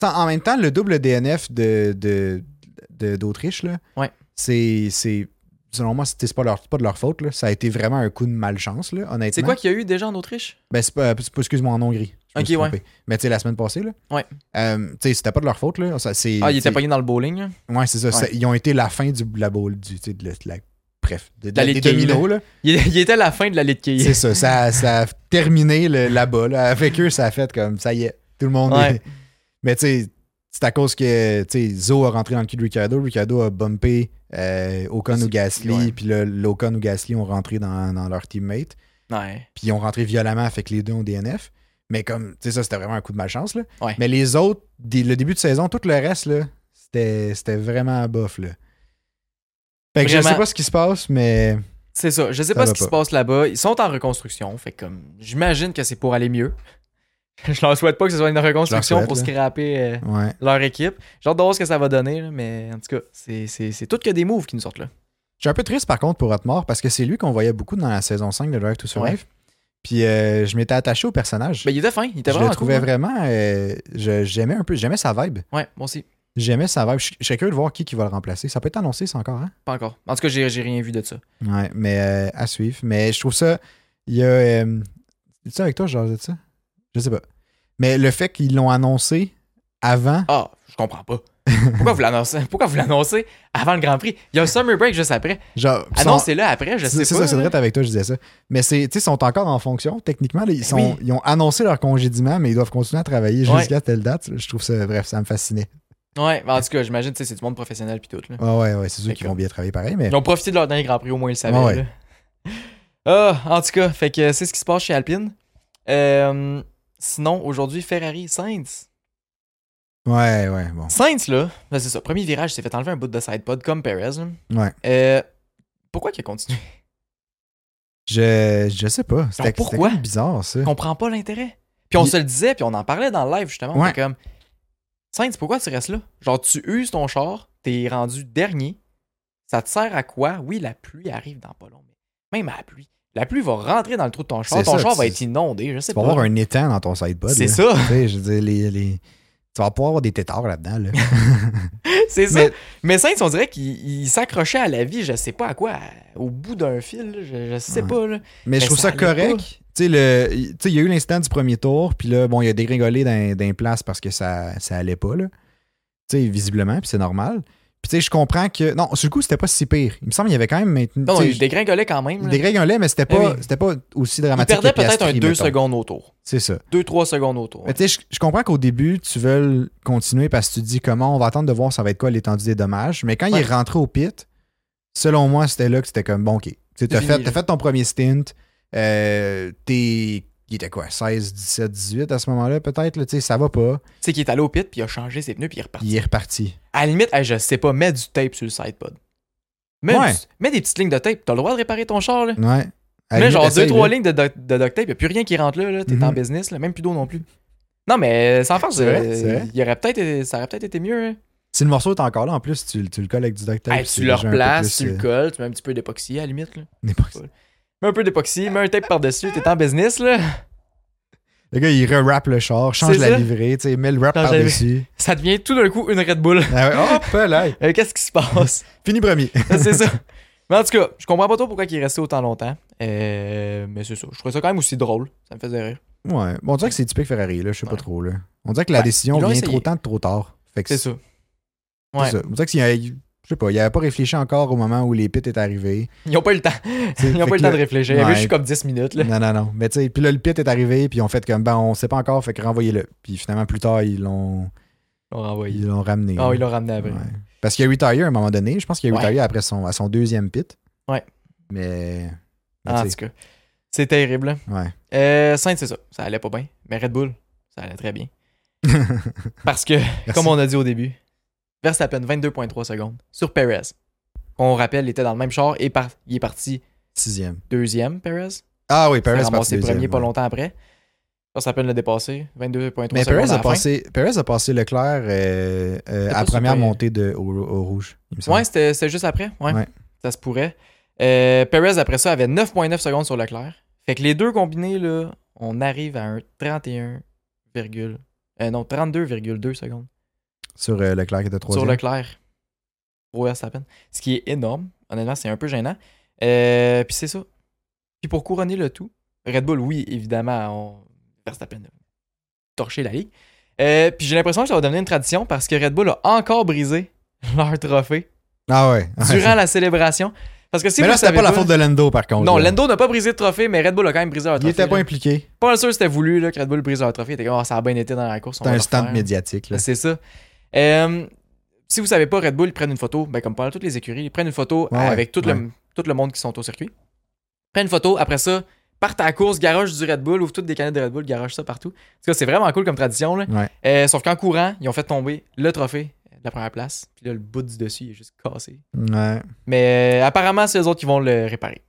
S2: En- En même temps, le double DNF de, de, de- d'Autriche, là,
S1: Ouais.
S2: c'est, c'est. Selon moi, c'était c'est pas, leur, c'est pas de leur faute. Là. Ça a été vraiment un coup de malchance, là, honnêtement.
S1: C'est quoi qu'il y a eu déjà en Autriche?
S2: Ben, c'est pas, c'est pas- excuse-moi, en Hongrie. Je me
S1: Ok,
S2: suis
S1: ouais.
S2: trompé. Mais tu sais, la semaine passée, là.
S1: Ouais.
S2: Euh, tu sais, c'était pas de leur faute, là. Ça, c'est,
S1: Ah, ils étaient
S2: tu sais,
S1: pognés dans le bowling. là.
S2: Ouais, c'est ça.
S1: Ouais.
S2: C'est- Ils ont été la fin du la bowl, du, tu sais, de la, de la- bref, de, de-
S1: La
S2: des
S1: Ligue Gay,
S2: dominos, là.
S1: Ils, ils étaient à la fin de la Ligue
S2: C'est
S1: Key.
S2: ça. Ça, ça a terminé le- là-bas, là. Avec eux, ça a fait comme, ça y est, tout le monde
S1: Ouais.
S2: est- Mais tu sais, c'est à cause que, tu sais, Zo a rentré dans le cul de Ricardo. Ricardo a bumpé euh, Ocon
S1: C'est-
S2: ou Gasly,
S1: ouais.
S2: puis là, l'Ocon ou Gasly ont rentré dans, dans leur teammate
S1: Ouais.
S2: puis ils ont rentré violemment avec les deux au DNF. Mais comme, tu sais, ça, c'était vraiment un coup de malchance. Là.
S1: Ouais.
S2: Mais les autres, des- le début de saison, tout le reste, là, c'était, c'était vraiment bof. Là. Fait que je
S1: Vraiment.
S2: sais pas ce qui se passe, mais
S1: C'est ça. Je sais
S2: Ça
S1: pas
S2: va
S1: ce qui
S2: pas.
S1: se passe là-bas. Ils sont en reconstruction. Fait que comme. J'imagine que c'est pour aller mieux. Je leur souhaite pas que ce soit une reconstruction
S2: souhaite,
S1: pour
S2: là.
S1: scraper. euh,
S2: ouais.
S1: leur équipe. J'ai hâte de voir ce que ça va donner, là, mais en tout cas, c'est- c'est c'est tout que des moves qui nous sortent là.
S2: Je suis un peu triste par contre pour Otmar parce que c'est lui qu'on voyait beaucoup dans la saison 5 de Drive to Survive.
S1: Ouais.
S2: Puis euh, je m'étais attaché au personnage.
S1: Mais Ben, il était fin, il était
S2: je
S1: vraiment
S2: le trouvais
S1: cool, hein.
S2: vraiment. euh, je- j'aimais un peu, j'aimais sa vibe.
S1: Ouais, moi aussi,
S2: J'aimais sa vibe. Je je serais curieux de voir qui, qui va le remplacer. Ça peut être annoncé, ça encore, hein?
S1: pas encore. En tout cas, j'ai j'ai rien vu de ça.
S2: Ouais, mais euh, à suivre. Mais je trouve ça. Il y a. Euh, tu avec toi, genre, de ça Je sais pas. Mais le fait qu'ils l'ont annoncé avant.
S1: Ah, je comprends pas. Pourquoi vous l'annoncez Pourquoi vous l'annoncez avant le Grand Prix Il y a un summer break juste après.
S2: Genre, ils sont-
S1: Annoncez-le après, Ah je sais
S2: c'est
S1: pas.
S2: c'est ça, c'est
S1: là.
S2: vrai, t'es avec toi, je disais ça. Mais c'est, tu sais, ils sont encore en fonction, techniquement. là, ils, sont,
S1: oui.
S2: ils ont annoncé leur congédiement, mais ils doivent continuer à travailler
S1: Ouais.
S2: jusqu'à telle date. Je trouve ça, bref, ça me fascinait. Ah
S1: Ouais, mais en tout cas, j'imagine tu sais, c'est du monde professionnel puis tout. Là.
S2: Ouais, ouais, ouais, c'est sûr
S1: Fait
S2: qu'ils
S1: que-
S2: vont bien travailler pareil, mais.
S1: Ils ont profité de leur dernier Grand Prix, au moins ils le savaient.
S2: Ah ouais.
S1: là. Ah, en tout cas, fait que c'est ce qui se passe chez Alpine. Euh, sinon, aujourd'hui, Ferrari, Sainz.
S2: Ouais, ouais, bon.
S1: Sainz, là, ben, c'est ça. Premier virage, il s'est fait enlever un bout de sidepod comme Perez. là.
S2: Ouais.
S1: Euh, pourquoi qu'il a continué
S2: Je, je sais pas. C'était,
S1: pourquoi?
S2: c'était comme bizarre, ça.
S1: Je comprends pas l'intérêt. Puis on
S2: Il-
S1: se le disait, puis on en parlait dans le live, justement. On
S2: Ouais.
S1: était comme, Sainz, pourquoi tu restes là Genre, tu uses ton char, t'es rendu dernier. Ça te sert à quoi Oui, la pluie arrive dans pas long, mais même à la pluie. La pluie va rentrer dans le trou de ton char.
S2: C'est
S1: Ton
S2: ça,
S1: char va
S2: tu-
S1: être inondé, je sais
S2: Tu
S1: pas.
S2: vas avoir un étang dans ton sidepod.
S1: C'est
S2: là.
S1: ça,
S2: Tu sais, je veux dire, les, les- tu vas pouvoir avoir des tétards là-dedans. Là.
S1: c'est ça.
S2: Mais-
S1: Mais Sainz, on dirait qu'il il s'accrochait à la vie, je sais pas à quoi, à- au bout d'un fil, là, je, je sais
S2: Ouais.
S1: pas. Là. Ben,
S2: Mais je
S1: Mais
S2: trouve
S1: ça
S2: ça,
S1: allait
S2: correct.
S1: pas.
S2: Tu sais, le- tu sais, il y a eu l'incident du premier tour, puis là, bon, il a dégringolé d'un d'un place parce que ça, ça allait pas, là. Tu sais, visiblement, puis c'est normal. Puis tu sais, je comprends que. Non, sur le coup, c'était pas si pire. Il me semble qu'il y avait quand même maintenu.
S1: Non,
S2: tu sais,
S1: il dégringolait quand même.
S2: il
S1: là.
S2: dégringolait, mais c'était
S1: Eh
S2: pas,
S1: oui.
S2: c'était pas aussi
S1: Il
S2: dramatique.
S1: perdait
S2: que Piastri,
S1: peut-être un 2
S2: mettons.
S1: secondes au tour.
S2: C'est ça.
S1: 2-3 secondes au tour.
S2: Mais tu sais, je, je comprends qu'au début, tu veux continuer parce que tu te dis comment on va attendre de voir ça va être quoi l'étendue des dommages. Mais quand il
S1: Ouais.
S2: est rentré au pit, selon moi, c'était là que c'était comme bon, ok. Tu sais, t'as
S1: C'est fini,
S2: fait,
S1: là.
S2: t'as fait ton premier stint. Euh, t'es. Il était quoi, 16, 17, 18 à ce moment-là, peut-être, là, tu sais, ça va pas.
S1: C'est qu'il est allé au pit, puis il a changé ses pneus, puis il est reparti.
S2: Il est reparti.
S1: À la limite, hey, je sais pas, mets du tape sur le sidepod. Mets,
S2: Ouais.
S1: du- mets des petites lignes de tape. T'as le droit de réparer ton char, là.
S2: Ouais. À la
S1: Mets
S2: limite,
S1: genre deux,
S2: essaye,
S1: trois
S2: là.
S1: lignes de, doc- de duct tape, y a plus rien qui rentre là, là. t'es
S2: Mhm.
S1: en business, là. même plus d'eau non plus. Non, mais sans farce,
S2: C'est vrai,
S1: euh,
S2: c'est vrai.
S1: il aurait peut-être été- ça aurait peut-être été mieux. hein.
S2: Si le morceau est encore là, en plus, tu, tu le colles avec du duct tape.
S1: Hey,
S2: c'est
S1: tu le
S2: déjà un peu
S1: replaces,
S2: plus,
S1: tu le
S2: euh,
S1: colles, tu mets un petit peu d'époxy à la limite. Là.
S2: n'importe-
S1: Mets un peu d'époxy, mets un tape par-dessus, t'es en business là.
S2: Le gars, il re-wrap le char, change
S1: C'est
S2: la
S1: ça.
S2: livrée, tu sais, met le wrap
S1: Change la
S2: par-dessus.
S1: Ça devient tout d'un coup une Red Bull.
S2: Ah ouais, hop là,
S1: Euh, Qu'est-ce qui se passe?
S2: fini premier.
S1: c'est ça. Mais en tout cas, je comprends pas trop pourquoi il est resté autant longtemps. Euh, mais c'est ça. Je trouvais ça quand même aussi drôle. Ça me faisait rire.
S2: Ouais, bon, on dirait que c'est typique Ferrari, là, je sais pas
S1: Ouais.
S2: trop, là. On dirait que la
S1: Ouais,
S2: décision
S1: ils l'ont
S2: vient
S1: essayé.
S2: trop tard, trop tard. Fait que
S1: C'est ça. Ouais.
S2: C'est ça. On dirait que s'il y a- je sais pas, il avait pas réfléchi encore au moment où les pits étaient arrivés.
S1: Ils ont pas eu le temps. Ils ont
S2: fait
S1: pas eu
S2: que
S1: le temps
S2: là-
S1: de réfléchir.
S2: Ouais.
S1: Je suis comme 10 minutes là.
S2: Non, non, non. Mais tu sais, puis là, le pit est arrivé, puis on fait comme, ben, on sait pas encore, fait que renvoyez-le. Puis finalement, plus tard, ils l'ont
S1: On l'a renvoyé.
S2: ils l'ont ramené.
S1: Ah,
S2: là.
S1: ils l'ont ramené après.
S2: Ouais. Parce qu'il a retire à un moment donné. Je pense qu'il a
S1: Ouais.
S2: retire après son, à son deuxième pit.
S1: Ouais.
S2: Mais. mais
S1: Ah, en
S2: tu
S1: tout
S2: sais,
S1: cas, c'est terrible. hein.
S2: Ouais.
S1: Euh, Sainte, c'est ça. Ça allait pas bien. Mais Red Bull, ça allait très bien. Parce que, comme on a dit au début, Verstappen, 22,3 secondes sur Perez. On rappelle, il était dans le même char et par- il est parti
S2: Sixième.
S1: deuxième, Perez.
S2: Ah oui,
S1: Il
S2: Perez est
S1: a
S2: parti
S1: ramassé
S2: deuxième,
S1: premier pas
S2: ouais.
S1: longtemps après. Verstappen l'a dépassé, 22,3
S2: Mais
S1: secondes.
S2: Perez
S1: à
S2: a,
S1: la fin.
S2: passé, Perez a passé Leclerc euh, euh,
S1: C'est
S2: à
S1: pas
S2: première
S1: super-
S2: montée de, au, au rouge. Il me semble.
S1: Ouais, c'était c'était juste après. Ouais.
S2: Ouais.
S1: Ça se pourrait. Euh, Perez, après ça, avait 9,9 secondes sur Leclerc. Fait que les deux combinés, là, on arrive à un 31, virgule- euh, non, 32,2 secondes
S2: Sur euh, Leclerc qui était troisième.
S1: sur Leclerc. Pour Verstappen. Ce qui est énorme. Honnêtement, c'est un peu gênant. Euh, Puis c'est ça. Puis pour couronner le tout, Red Bull, oui, évidemment, on... Verstappen a torché la ligue. Euh, Puis j'ai l'impression que ça va devenir une tradition parce que Red Bull a encore brisé leur trophée
S2: Ah ouais.
S1: durant la célébration. Parce que si
S2: mais
S1: vous
S2: là, c'était
S1: savez
S2: pas la faute de Lando, par contre.
S1: Non,
S2: là.
S1: Lando n'a pas brisé de trophée, mais Red Bull a quand même brisé leur
S2: Il
S1: trophée.
S2: était pas
S1: là.
S2: impliqué.
S1: Pas sûr que c'était voulu là, que Red Bull brise leur trophée. Il était comme, Ah, ça a bien été dans la course. on
S2: C'était
S1: va
S2: un
S1: le
S2: stand
S1: refaire.
S2: médiatique. là.
S1: C'est ça. Euh, si vous savez pas, Red Bull, ils prennent une photo, ben, comme pas mal toutes les écuries, ils prennent une photo
S2: Ouais,
S1: avec tout,
S2: ouais.
S1: le, tout le monde qui sont au circuit. Ils prennent une photo, après ça, partent à la course, garage du Red Bull, ouvrent toutes des canettes de Red Bull, garage ça partout. En tout cas, c'est vraiment cool comme tradition. Là.
S2: Ouais.
S1: Euh, sauf qu'en courant, ils ont fait tomber le trophée de la première place. Puis là, le bout du dessus, il est juste cassé.
S2: Ouais.
S1: Mais euh, apparemment, c'est eux autres qui vont le réparer.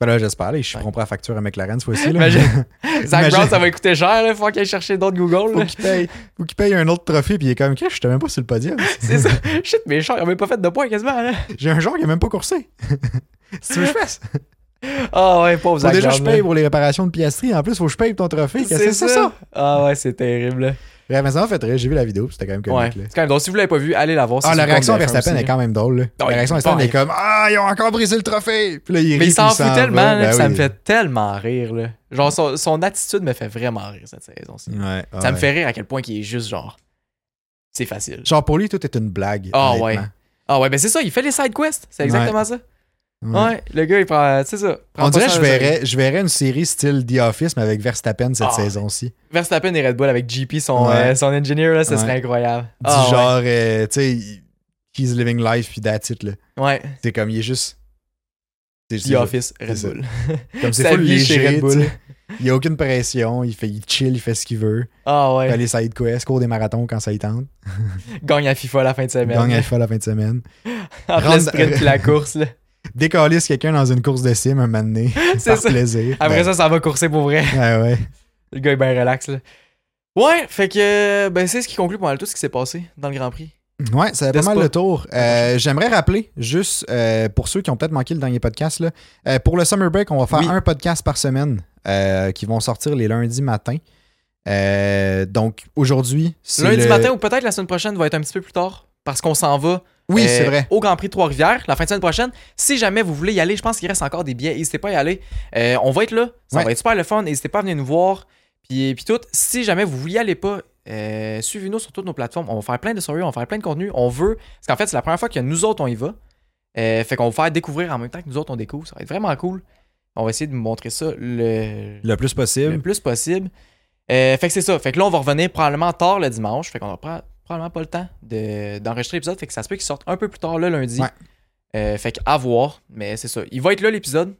S2: Ben là, j'espère. Là, je suis
S1: Ouais.
S2: prêt à facture à McLaren cette fois-ci. là.
S1: Imagine. Zach
S2: Imagine.
S1: Brown, ça va coûter cher, là. Faut qu'il aille chercher d'autres Google.
S2: Faut
S1: là.
S2: qu'il paye, faut qu'il paye un autre trophée, puis il est comme, je j'étais même pas sur le podium.
S1: C'est ça. Shit, mes chars, ils ont même pas fait de points quasiment, là.
S2: J'ai un genre qui a même pas coursé. Si tu veux, que je fasse.
S1: Ah ouais, pauvre
S2: Faut
S1: Zach
S2: déjà, que
S1: Brown.
S2: je paye
S1: là.
S2: pour les réparations de Piastri. En plus, faut que je paye pour ton trophée. Qu'est-ce
S1: C'est
S2: que C'est ça.
S1: ça. Ah ouais, c'est terrible, là.
S2: Ouais, mais ça m'a fait rire. J'ai vu la vidéo, puis c'était quand même
S1: Ouais.
S2: comique. là.
S1: C'est quand même drôle. Si vous l'avez pas vu, allez la voir.
S2: Ah,
S1: C'est
S2: la
S1: sur le
S2: réaction à
S1: compte de F1
S2: Verstappen
S1: aussi,
S2: est
S1: là.
S2: quand même drôle. là.
S1: Non,
S2: la
S1: il-
S2: réaction à
S1: il
S2: Verstappen est
S1: part,
S2: comme Ah, ils ont encore brisé le trophée. Puis là, il rit,
S1: hein. Mais il
S2: puis
S1: s'en fout
S2: va.
S1: tellement, là,
S2: Ben
S1: que ça
S2: oui.
S1: me fait tellement rire, là. Genre, son, son attitude me fait vraiment rire cette saison-ci.
S2: Ouais,
S1: Ça
S2: ouais.
S1: me fait rire à quel point qu'il est juste genre. C'est facile.
S2: Genre, pour lui, tout est une blague.
S1: Ah,
S2: honnêtement.
S1: ouais. Ah ouais, ben c'est ça, il fait les side quests. C'est exactement ça.
S2: Ouais.
S1: Ouais, le gars, il prend. C'est ça. Prend
S2: On
S1: pas
S2: dirait que
S1: ça
S2: je
S1: à la
S2: verrais, je verrais une série style The Office, mais avec Verstappen cette
S1: Ah.
S2: saison-ci.
S1: Verstappen et Red Bull avec GP, son,
S2: Ouais.
S1: euh, son engineer, là, ce
S2: Ouais.
S1: serait incroyable.
S2: Du
S1: Ah, ouais.
S2: genre, euh, tu sais, he's living life, puis that's it. là.
S1: Ouais,
S2: C'est comme, il est juste. C'est
S1: The Office, Red
S2: ça.
S1: Bull.
S2: Comme c'est
S1: Sa
S2: full
S1: vie chez
S2: léger,
S1: Red Bull.
S2: tu sais. Il n'y a aucune pression, il, fait, il chill, il fait ce qu'il veut.
S1: Ah
S2: Il fait
S1: ouais,
S2: les side quests, court des marathons quand ça y tente.
S1: gagne à FIFA la fin de semaine.
S2: Gagne Alpha la fin de semaine.
S1: Entre
S2: Rentre-
S1: le sprint puis la course. Là.
S2: Décalisse quelqu'un dans une course de sim un moment donné.
S1: C'est
S2: par
S1: ça.
S2: plaisir.
S1: Après
S2: Ben,
S1: ça, ça va courser pour vrai.
S2: ouais, ouais.
S1: Le gars est bien relax. Là. Ouais, fait que euh, ben, c'est ce qui conclut pour mal tout ce qui s'est passé dans le Grand Prix.
S2: Ouais, ça fait pas
S1: N'est-ce
S2: mal
S1: pas?
S2: le tour. Euh, J'aimerais rappeler, juste euh, pour ceux qui ont peut-être manqué le dernier podcast, là, euh, pour le Summer Break, on va faire
S1: Oui.
S2: un podcast par semaine euh, qui vont sortir les lundis matins. Euh, donc aujourd'hui, c'est.
S1: Lundi
S2: le-
S1: matin ou peut-être la semaine prochaine va être un petit peu plus tard parce qu'on s'en va
S2: Oui,
S1: euh,
S2: c'est vrai.
S1: au Grand Prix de Trois-Rivières la fin de semaine prochaine. Si jamais vous voulez y aller, je pense qu'il reste encore des billets. N'hésitez pas à y aller. Euh, on va être là. Ça
S2: Ouais.
S1: va être super le fun. N'hésitez pas à venir nous voir. Puis, puis tout. Si jamais vous voulez y aller pas, euh, suivez-nous sur toutes nos plateformes. On va faire plein de stories, on va faire plein de contenu. On veut. Parce qu'en fait, c'est la première fois que nous autres, on y va. Euh, fait qu'on va faire découvrir en même temps que nous autres, on découvre. Ça va être vraiment cool. On va essayer de vous montrer ça le,
S2: Le plus possible.
S1: le plus possible. Euh, fait que c'est ça. Fait que là, on va revenir probablement tard le dimanche. Fait qu'on aura pra- probablement pas le temps de- d'enregistrer l'épisode. Fait que ça se peut qu'il sorte un peu plus tard le lundi.
S2: Ouais.
S1: Euh, fait que à voir. Mais c'est ça. Il va être là l'épisode.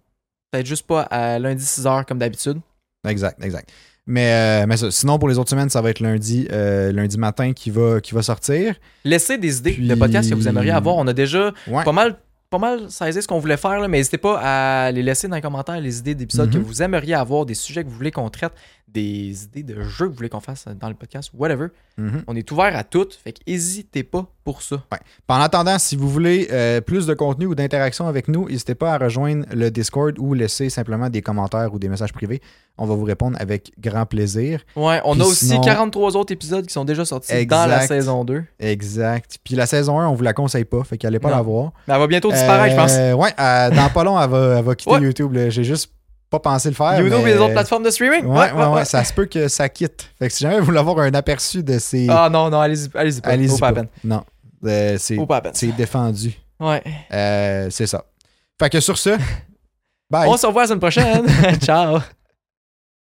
S1: Peut-être juste pas à lundi 6h comme d'habitude.
S2: Exact, exact. Mais, euh, mais ça, sinon, pour les autres semaines, ça va être lundi, euh, lundi matin qui va, qui va sortir.
S1: Laissez des idées
S2: Puis-
S1: de podcasts que vous aimeriez avoir. On a déjà
S2: Ouais.
S1: pas mal pas mal saisi ce qu'on voulait faire, là, mais n'hésitez pas à les laisser dans les commentaires les idées d'épisodes
S2: Mhm.
S1: que vous aimeriez avoir, des sujets que vous voulez qu'on traite, des idées de jeux que vous voulez qu'on fasse dans le podcast, whatever.
S2: Mhm.
S1: On est ouvert à tout, fait que n'hésitez pas pour ça.
S2: Puis En attendant, si vous voulez euh, plus de contenu ou d'interaction avec nous, n'hésitez pas à rejoindre le Discord ou laisser simplement des commentaires ou des messages privés. On va vous répondre avec grand plaisir.
S1: Ouais, on
S2: Puis
S1: a aussi
S2: sinon-
S1: 43 autres épisodes qui sont déjà sortis dans la
S2: Exact.
S1: saison 2.
S2: Exact. Puis la saison 1, on vous la conseille pas, fait qu'allez pas
S1: Non.
S2: la voir.
S1: Mais elle va bientôt disparaître, je pense.
S2: Euh, Ouais, euh, dans pas long, elle va, elle va quitter
S1: Ouais.
S2: YouTube. là. J'ai juste pas pensé le faire.
S1: YouTube
S2: mais-
S1: et les autres plateformes de streaming.
S2: Ouais, ouais, ouais, ça se peut que ça quitte. Fait que si jamais vous voulez avoir un aperçu de ces.
S1: Ah non, non, allez-y allez pas.
S2: allez-y
S1: Allez pas à
S2: pas.
S1: peine.
S2: Non. Euh, c'est,
S1: Faut pas à peine.
S2: c'est défendu.
S1: Ouais.
S2: Euh, c'est ça. Fait que sur ce, bye.
S1: On se revoit la semaine prochaine. Ciao.